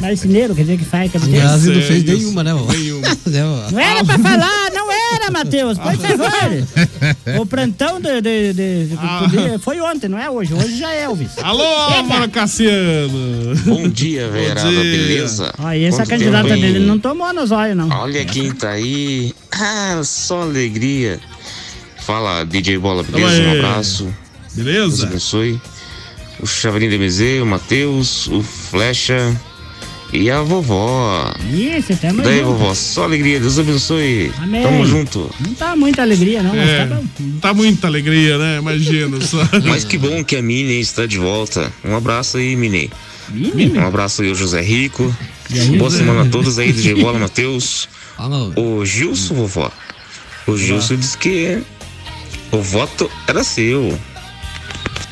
Speaker 9: Marceneiro, quer dizer que faz carpinteiro.
Speaker 1: Aliás, ele não fez nenhuma, né, vovó? Nenhuma.
Speaker 9: Não era pra falar, não era, Matheus,
Speaker 3: Ah.
Speaker 9: por favor. O plantão de, de- de- de- podia- foi ontem, não é hoje, hoje já é, Elvis.
Speaker 3: Ah. Alô, Mara Cassiano!
Speaker 7: Bom dia, verada,
Speaker 3: dia.
Speaker 7: beleza?
Speaker 9: Ó, e essa
Speaker 7: Quanto
Speaker 9: candidata
Speaker 7: tempo, hein?
Speaker 9: dele não tomou nos olhos, não.
Speaker 7: Olha quem tá aí. Ah, só alegria. Fala, DJ Bola, beleza?
Speaker 3: Tamo aí.
Speaker 7: Um abraço.
Speaker 3: Beleza?
Speaker 7: Deus abençoe. O Chaveirinho de MZ, o Matheus, o Flecha e a vovó.
Speaker 9: Isso, tamo
Speaker 7: Daí,
Speaker 9: junto.
Speaker 7: vovó, só alegria. Deus abençoe.
Speaker 9: Amém.
Speaker 7: Tamo junto.
Speaker 9: Não tá muita alegria, não, mas
Speaker 7: É.
Speaker 9: tá bom.
Speaker 3: Não Tá muita alegria, né? Imagina só.
Speaker 7: Mas que bom que a Minei está de volta. Um abraço aí, Minei. Um abraço aí ao José Rico. Boa semana a todos aí, DJ Bola Matheus. O Gilson, vovó. O Gilson disse que o voto era seu.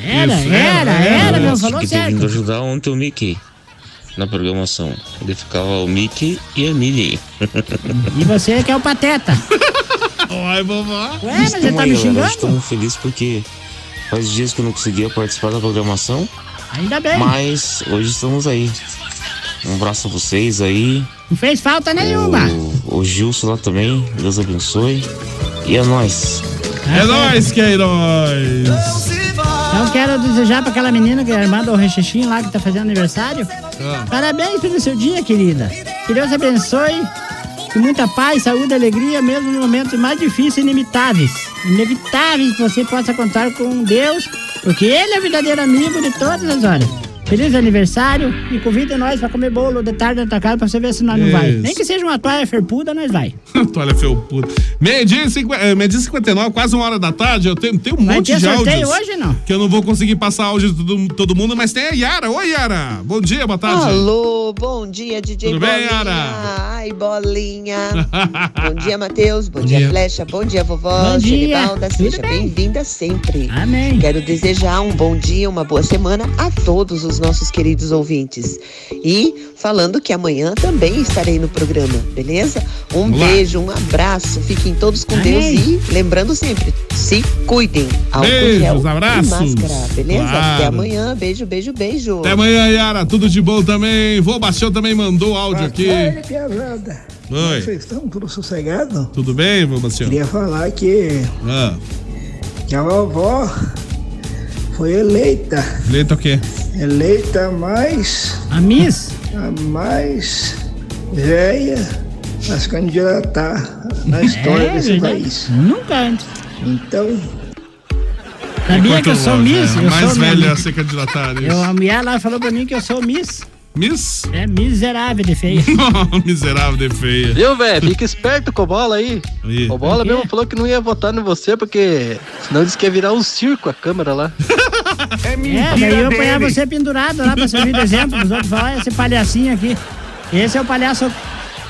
Speaker 9: Era,
Speaker 3: é,
Speaker 9: era, era, meu, falou
Speaker 7: que
Speaker 9: certo.
Speaker 7: teve indo ajudar ontem o Mickey na programação. Ele ficava o Mickey e a Minei.
Speaker 9: E você que é o pateta.
Speaker 3: Oi, vovó.
Speaker 9: Ué, mas você tá me
Speaker 7: aí, galera. Hoje
Speaker 9: xingando?
Speaker 7: Estamos felizes porque faz dias que eu não conseguia participar da programação.
Speaker 9: Ainda bem.
Speaker 7: Mas hoje estamos aí. Um abraço a vocês aí.
Speaker 9: Não fez falta nenhuma.
Speaker 7: O, o Gilson lá também. Deus abençoe. E é nóis.
Speaker 9: tá
Speaker 3: É nóis, Queiroz!
Speaker 9: Então quero desejar pra aquela menina que é a irmã do Rechechim lá que tá fazendo aniversário. Parabéns pelo seu dia, querida. Que Deus abençoe. Com muita paz, saúde e alegria, mesmo nos momentos mais difíceis e inimitáveis. Inevitáveis que você possa contar com Deus, porque Ele é o verdadeiro amigo de todas as horas. Feliz aniversário e convida nós pra comer bolo de tarde na tua casa pra você ver se nós não vai.
Speaker 3: Isso.
Speaker 9: Nem que seja uma toalha ferpuda, nós vai.
Speaker 3: Toalha felpuda. Meio-dia e cinqu- eh, meio-dia e 59, quase uma hora da tarde. Eu tenho, tenho um
Speaker 9: Vai
Speaker 3: monte
Speaker 9: ter
Speaker 3: de
Speaker 9: sorteio
Speaker 3: áudios.
Speaker 9: hoje, não?
Speaker 3: Que eu não vou conseguir passar áudio de todo, todo mundo, mas tem a Yara. Oi, Yara. Bom dia, boa tarde.
Speaker 11: Alô, bom dia, DJ
Speaker 3: Tudo
Speaker 11: Bolinha.
Speaker 3: bem, Yara?
Speaker 11: Ai, Bolinha. bom dia, Matheus. Bom,
Speaker 3: Bom
Speaker 11: dia,
Speaker 3: dia.
Speaker 11: Flecha. Bom dia, vovó. Bom dia. Genibalda, Tudo seja bem? bem-vinda sempre.
Speaker 9: Amém.
Speaker 11: Quero desejar um bom dia, uma boa semana a todos os nossos queridos ouvintes. E falando que amanhã também estarei no programa, beleza? Um
Speaker 10: Vamos lá.
Speaker 11: beijo, um abraço. Fiquem todos com
Speaker 10: Amém.
Speaker 11: Deus e lembrando sempre, se cuidem. Álcool
Speaker 3: Beijos,
Speaker 11: gel e
Speaker 3: abraços.
Speaker 11: máscara, beleza? Até
Speaker 3: Claro.
Speaker 11: amanhã. Beijo, beijo, beijo.
Speaker 3: Até amanhã, Yara. Tudo de bom também. Vô Bastião também mandou áudio aqui.
Speaker 12: Olha, piazada.
Speaker 3: Oi.
Speaker 12: Vocês estão tudo sossegado?
Speaker 3: Tudo bem, Vô Bastião?
Speaker 12: Queria falar que,
Speaker 3: Ah,
Speaker 12: que a vovó foi eleita.
Speaker 3: letra o quê?
Speaker 12: Eleita a mais.
Speaker 9: A Miss?
Speaker 12: A mais velha a se candidatar na história
Speaker 9: É,
Speaker 12: desse
Speaker 9: verdade.
Speaker 12: país.
Speaker 9: Nunca antes.
Speaker 12: Então.
Speaker 9: Sabia que
Speaker 3: Cortou
Speaker 9: eu sou
Speaker 3: o áudio,
Speaker 9: Miss?
Speaker 3: né?
Speaker 9: Eu
Speaker 3: Mais
Speaker 9: sou
Speaker 3: velha a
Speaker 9: Miss.
Speaker 3: ser candidatada.
Speaker 9: Eu, a mulher lá falou pra mim que eu sou Miss.
Speaker 3: Miss?
Speaker 9: É miserável de feia.
Speaker 3: Miserável de feia.
Speaker 2: Viu, velho? Fica esperto com o Bola aí.
Speaker 3: Ih.
Speaker 2: O Bola
Speaker 3: Por quê?
Speaker 2: mesmo falou que não ia votar em você porque senão disse que ia virar um circo a câmera lá.
Speaker 12: É
Speaker 9: É, daí eu ponhava você pendurado lá pra servir de exemplo. Os outros falam, olha esse palhacinho aqui. Esse é o palhaço.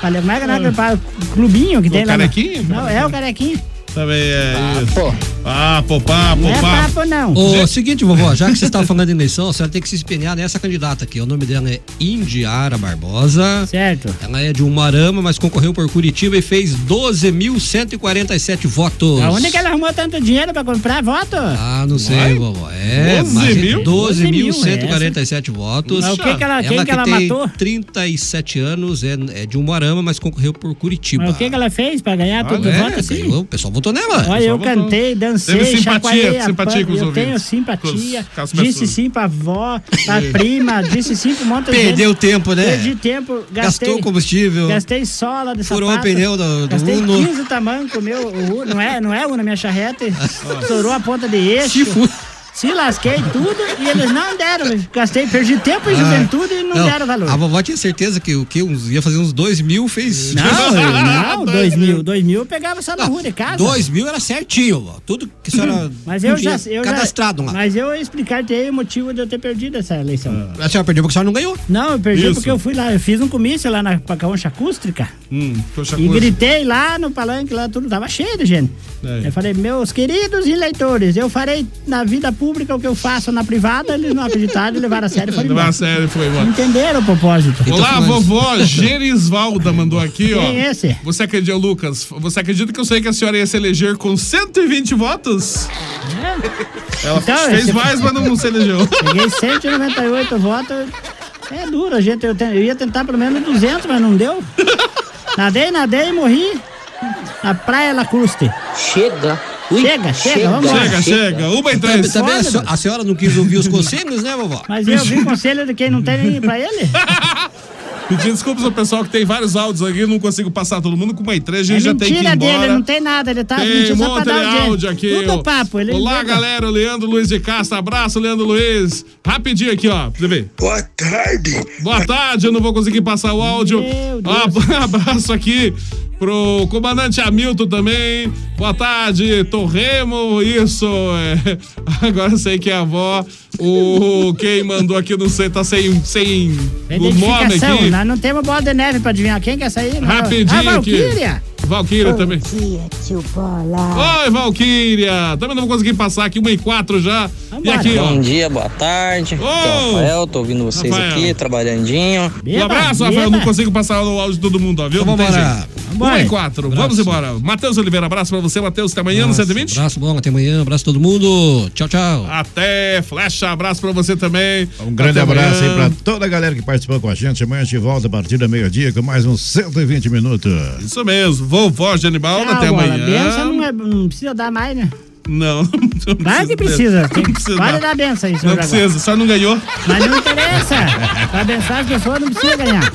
Speaker 9: Palha, não é que nada, pa- clubinho que tem lá. no-
Speaker 3: carequinho?
Speaker 9: Não, é o carequinho.
Speaker 3: Também é isso. Papo, papo,
Speaker 9: Não é
Speaker 3: papo.
Speaker 9: papo, não.
Speaker 1: O seguinte, vovó, já que você está falando de eleição, a senhora tem que se espelhar nessa candidata aqui. O nome dela é Indiara Barbosa.
Speaker 9: Certo.
Speaker 1: Ela é de Umarama, mas concorreu por Curitiba e fez 12.147 votos.
Speaker 9: Da onde é que ela arrumou tanto dinheiro pra comprar voto?
Speaker 1: Ah, não sei, vovó. É,
Speaker 9: 12
Speaker 1: mas
Speaker 9: mil?
Speaker 1: 12.147 votos.
Speaker 9: Mas o que que ela- quem que ela
Speaker 1: tem
Speaker 9: matou?
Speaker 1: 37 anos, é, é de Umarama, mas concorreu por Curitiba.
Speaker 9: Mas o que, que ela fez pra ganhar
Speaker 1: Ah,
Speaker 9: tanto
Speaker 1: é,
Speaker 9: voto assim?
Speaker 1: ganhou, o pessoal votou nela. O
Speaker 9: Olha,
Speaker 1: pessoal
Speaker 9: eu
Speaker 1: votou.
Speaker 9: cantei, dancei,
Speaker 1: Teve simpatia,
Speaker 9: chacoalhei a
Speaker 1: simpatia
Speaker 9: pan-
Speaker 1: com os
Speaker 9: Eu tenho
Speaker 1: ouvintes,
Speaker 9: simpatia,
Speaker 1: com as- com as
Speaker 9: disse
Speaker 1: pessoas.
Speaker 9: sim pra avó, pra
Speaker 1: Sim.
Speaker 9: prima, disse sim pra um monte de
Speaker 1: Perdeu tempo, né?
Speaker 9: Perdi tempo, gastei...
Speaker 1: Gastou combustível.
Speaker 9: Gastei sola de
Speaker 1: Furou
Speaker 9: sapato,
Speaker 1: o pneu do- do
Speaker 9: Gastei
Speaker 1: Uno.
Speaker 9: 15 tamanco meu, o Uno, não é, não é Uno, minha charreta, e estourou a ponta de eixo.
Speaker 1: Se fu-
Speaker 9: Se lasquei tudo e eles não deram. Gastei, perdi tempo e
Speaker 1: Ah,
Speaker 9: juventude e não, deram valor.
Speaker 1: A vovó tinha certeza que o que uns ia fazer uns dois mil fez. Tá né?
Speaker 9: Não, não, dois mil. Dois mil eu pegava só na rua de casa.
Speaker 1: Dois mil era certinho, ó. Tudo que a senhora
Speaker 9: Hum, Mas eu já.
Speaker 1: tinha
Speaker 9: Eu já-
Speaker 1: cadastrado lá.
Speaker 9: Mas eu explicar-te aí o motivo de eu ter perdido essa eleição.
Speaker 3: Ah.
Speaker 1: A senhora perdeu porque a senhora não ganhou.
Speaker 9: Não, eu perdi
Speaker 1: Isso.
Speaker 9: porque eu fui lá, eu fiz um comício lá na Pacaúcha Acústica
Speaker 3: Hum, poxa
Speaker 9: e
Speaker 3: coisa.
Speaker 9: gritei lá no palanque, lá tudo tava cheio de gente.
Speaker 3: É.
Speaker 9: Eu falei, meus queridos eleitores, eu farei na vida pública o que eu faço na privada, eles não acreditaram e levaram a sério. Foi
Speaker 3: Levar a sério, foi embora.
Speaker 9: Entenderam o propósito.
Speaker 2: Então,
Speaker 3: Olá, vovó Gerisvalda mandou aqui, ó.
Speaker 9: Quem é esse?
Speaker 3: Você acredita, Lucas? Você acredita que eu sei que a senhora ia se eleger com 120 votos? Ela fez
Speaker 9: Então, esse-
Speaker 3: mais, mas não se elegeu.
Speaker 9: Peguei 198 votos. É duro, a gente. Eu, te- eu ia tentar pelo menos 200, mas não deu. Nadei, nadei e morri. Na praia Lacuste. Chega. chega, chega, vamos lá. é
Speaker 1: Chega, chega. Uma e três. Também a, senhora, a senhora não quis ouvir os conselhos, né, vovó?
Speaker 9: Mas eu vi conselho de quem não tem nem pra ele.
Speaker 3: Pedir desculpas ao pessoal que tem vários áudios aqui, eu não consigo passar todo mundo com uma e três, a gente já tem que ir
Speaker 9: É Mentira dele,
Speaker 3: embora.
Speaker 9: não tem nada, ele tá
Speaker 3: Tem um
Speaker 9: mentindo só
Speaker 3: monte
Speaker 9: pra
Speaker 3: de
Speaker 9: dar audiência.
Speaker 3: áudio aqui. ó.
Speaker 9: Tudo é papo, ele
Speaker 3: Olá,
Speaker 9: inventa.
Speaker 3: galera. O Leandro Luiz de Castro. Abraço, Leandro Luiz. Rapidinho aqui, ó. Pra você ver. Boa tarde. Boa tarde. Eu não vou conseguir passar o áudio. Ab- Abraço aqui pro comandante Hamilton também. Boa tarde, Torremo. Isso. é. Agora eu sei que é a avó. O quem mandou aqui, não sei, tá sem, sem
Speaker 9: É
Speaker 3: o nome
Speaker 9: identificação,
Speaker 3: aqui.
Speaker 9: nós não temos bola de neve pra adivinhar quem que é essa aí. não.
Speaker 3: Rapidinho
Speaker 9: Ah,
Speaker 3: aqui.
Speaker 9: Valkyria.
Speaker 3: Valkyria também.
Speaker 9: dia, tio Bola.
Speaker 3: Oi, Valquíria! Também não vou conseguir passar aqui, 1 e 4 já. E aqui, ó.
Speaker 13: Bom dia, boa tarde. Aqui é o Rafael, tô ouvindo vocês
Speaker 3: Rafael.
Speaker 13: aqui, trabalhandinho.
Speaker 3: Um abraço, Rafael. Não consigo passar o áudio de todo mundo, ó, viu?
Speaker 13: Então
Speaker 3: não tem
Speaker 13: vambora.
Speaker 3: jeito.
Speaker 13: Vambora.
Speaker 3: 1 e 4.
Speaker 1: Abraço.
Speaker 3: Vamos embora. Matheus Oliveira, abraço pra você, Matheus. Até amanhã no 120.
Speaker 1: Abraço, bom, até amanhã. Abraço a todo mundo. Tchau, tchau.
Speaker 3: Até Flecha, abraço pra você também.
Speaker 1: Um
Speaker 8: grande abraço aí pra toda a galera que participou com a gente. Amanhã a gente volta a partir do meio-dia com mais um uns 120 minutos.
Speaker 3: Isso mesmo. Vovó Genibalda, até
Speaker 9: bola,
Speaker 3: amanhã.
Speaker 9: Benção não, é- não precisa dar mais, né?
Speaker 3: Não. não
Speaker 9: Claro que precisa.
Speaker 3: precisa.
Speaker 9: Tem,
Speaker 3: Não precisa
Speaker 9: pode
Speaker 3: dar.
Speaker 9: dar benção aí, senhor
Speaker 3: Não
Speaker 9: Jaguar.
Speaker 3: precisa, só não ganhou.
Speaker 9: Mas não interessa. Pra abençoar as pessoas não precisa ganhar.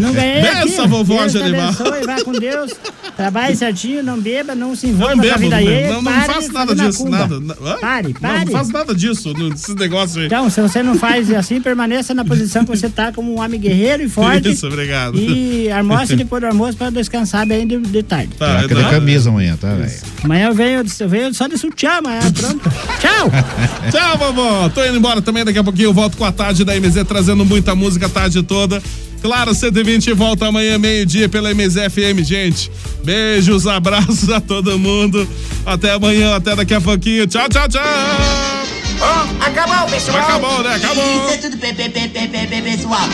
Speaker 9: Não ganhei. aqui.
Speaker 3: Benção, vovó
Speaker 9: Deus te
Speaker 3: Janimar.
Speaker 9: abençoe, vá com Deus. Trabalhe certinho, não beba, não se envolva
Speaker 3: Não
Speaker 9: com a
Speaker 3: bebo,
Speaker 9: vida
Speaker 3: não bebo.
Speaker 9: alheia.
Speaker 3: Não- não
Speaker 9: pare
Speaker 3: faço
Speaker 9: de
Speaker 3: nada
Speaker 9: fazer
Speaker 3: disso,
Speaker 9: macumba.
Speaker 3: nada. Não- Hã?
Speaker 9: Pare,
Speaker 3: Não,
Speaker 9: pare.
Speaker 3: não faço nada disso, não- desse negócio aí.
Speaker 9: Então, se você não faz assim, permaneça na posição que você tá como um homem guerreiro e forte.
Speaker 3: Isso, obrigado.
Speaker 9: E almoce depois do almoço para descansar bem de, de tarde.
Speaker 3: é
Speaker 8: Tá, da camisa amanhã, tá, velho?
Speaker 9: Amanhã eu venho, eu venho só de sutiã, amanhã pronto. Tchau!
Speaker 3: Tchau, vovó. Tô indo embora também. Daqui a pouquinho eu volto com a tarde da MZ, trazendo muita música a tarde toda. Claro, 120 volta amanhã, meio-dia, pela MZFM, gente. Beijos, abraços a todo mundo. Até amanhã, até daqui a pouquinho. Tchau, tchau, tchau.
Speaker 10: acabou, pessoal.
Speaker 3: Acabou, né? Acabou.
Speaker 10: Isso é tudo, pe- pe- pe- pe- pe- pe- pessoal.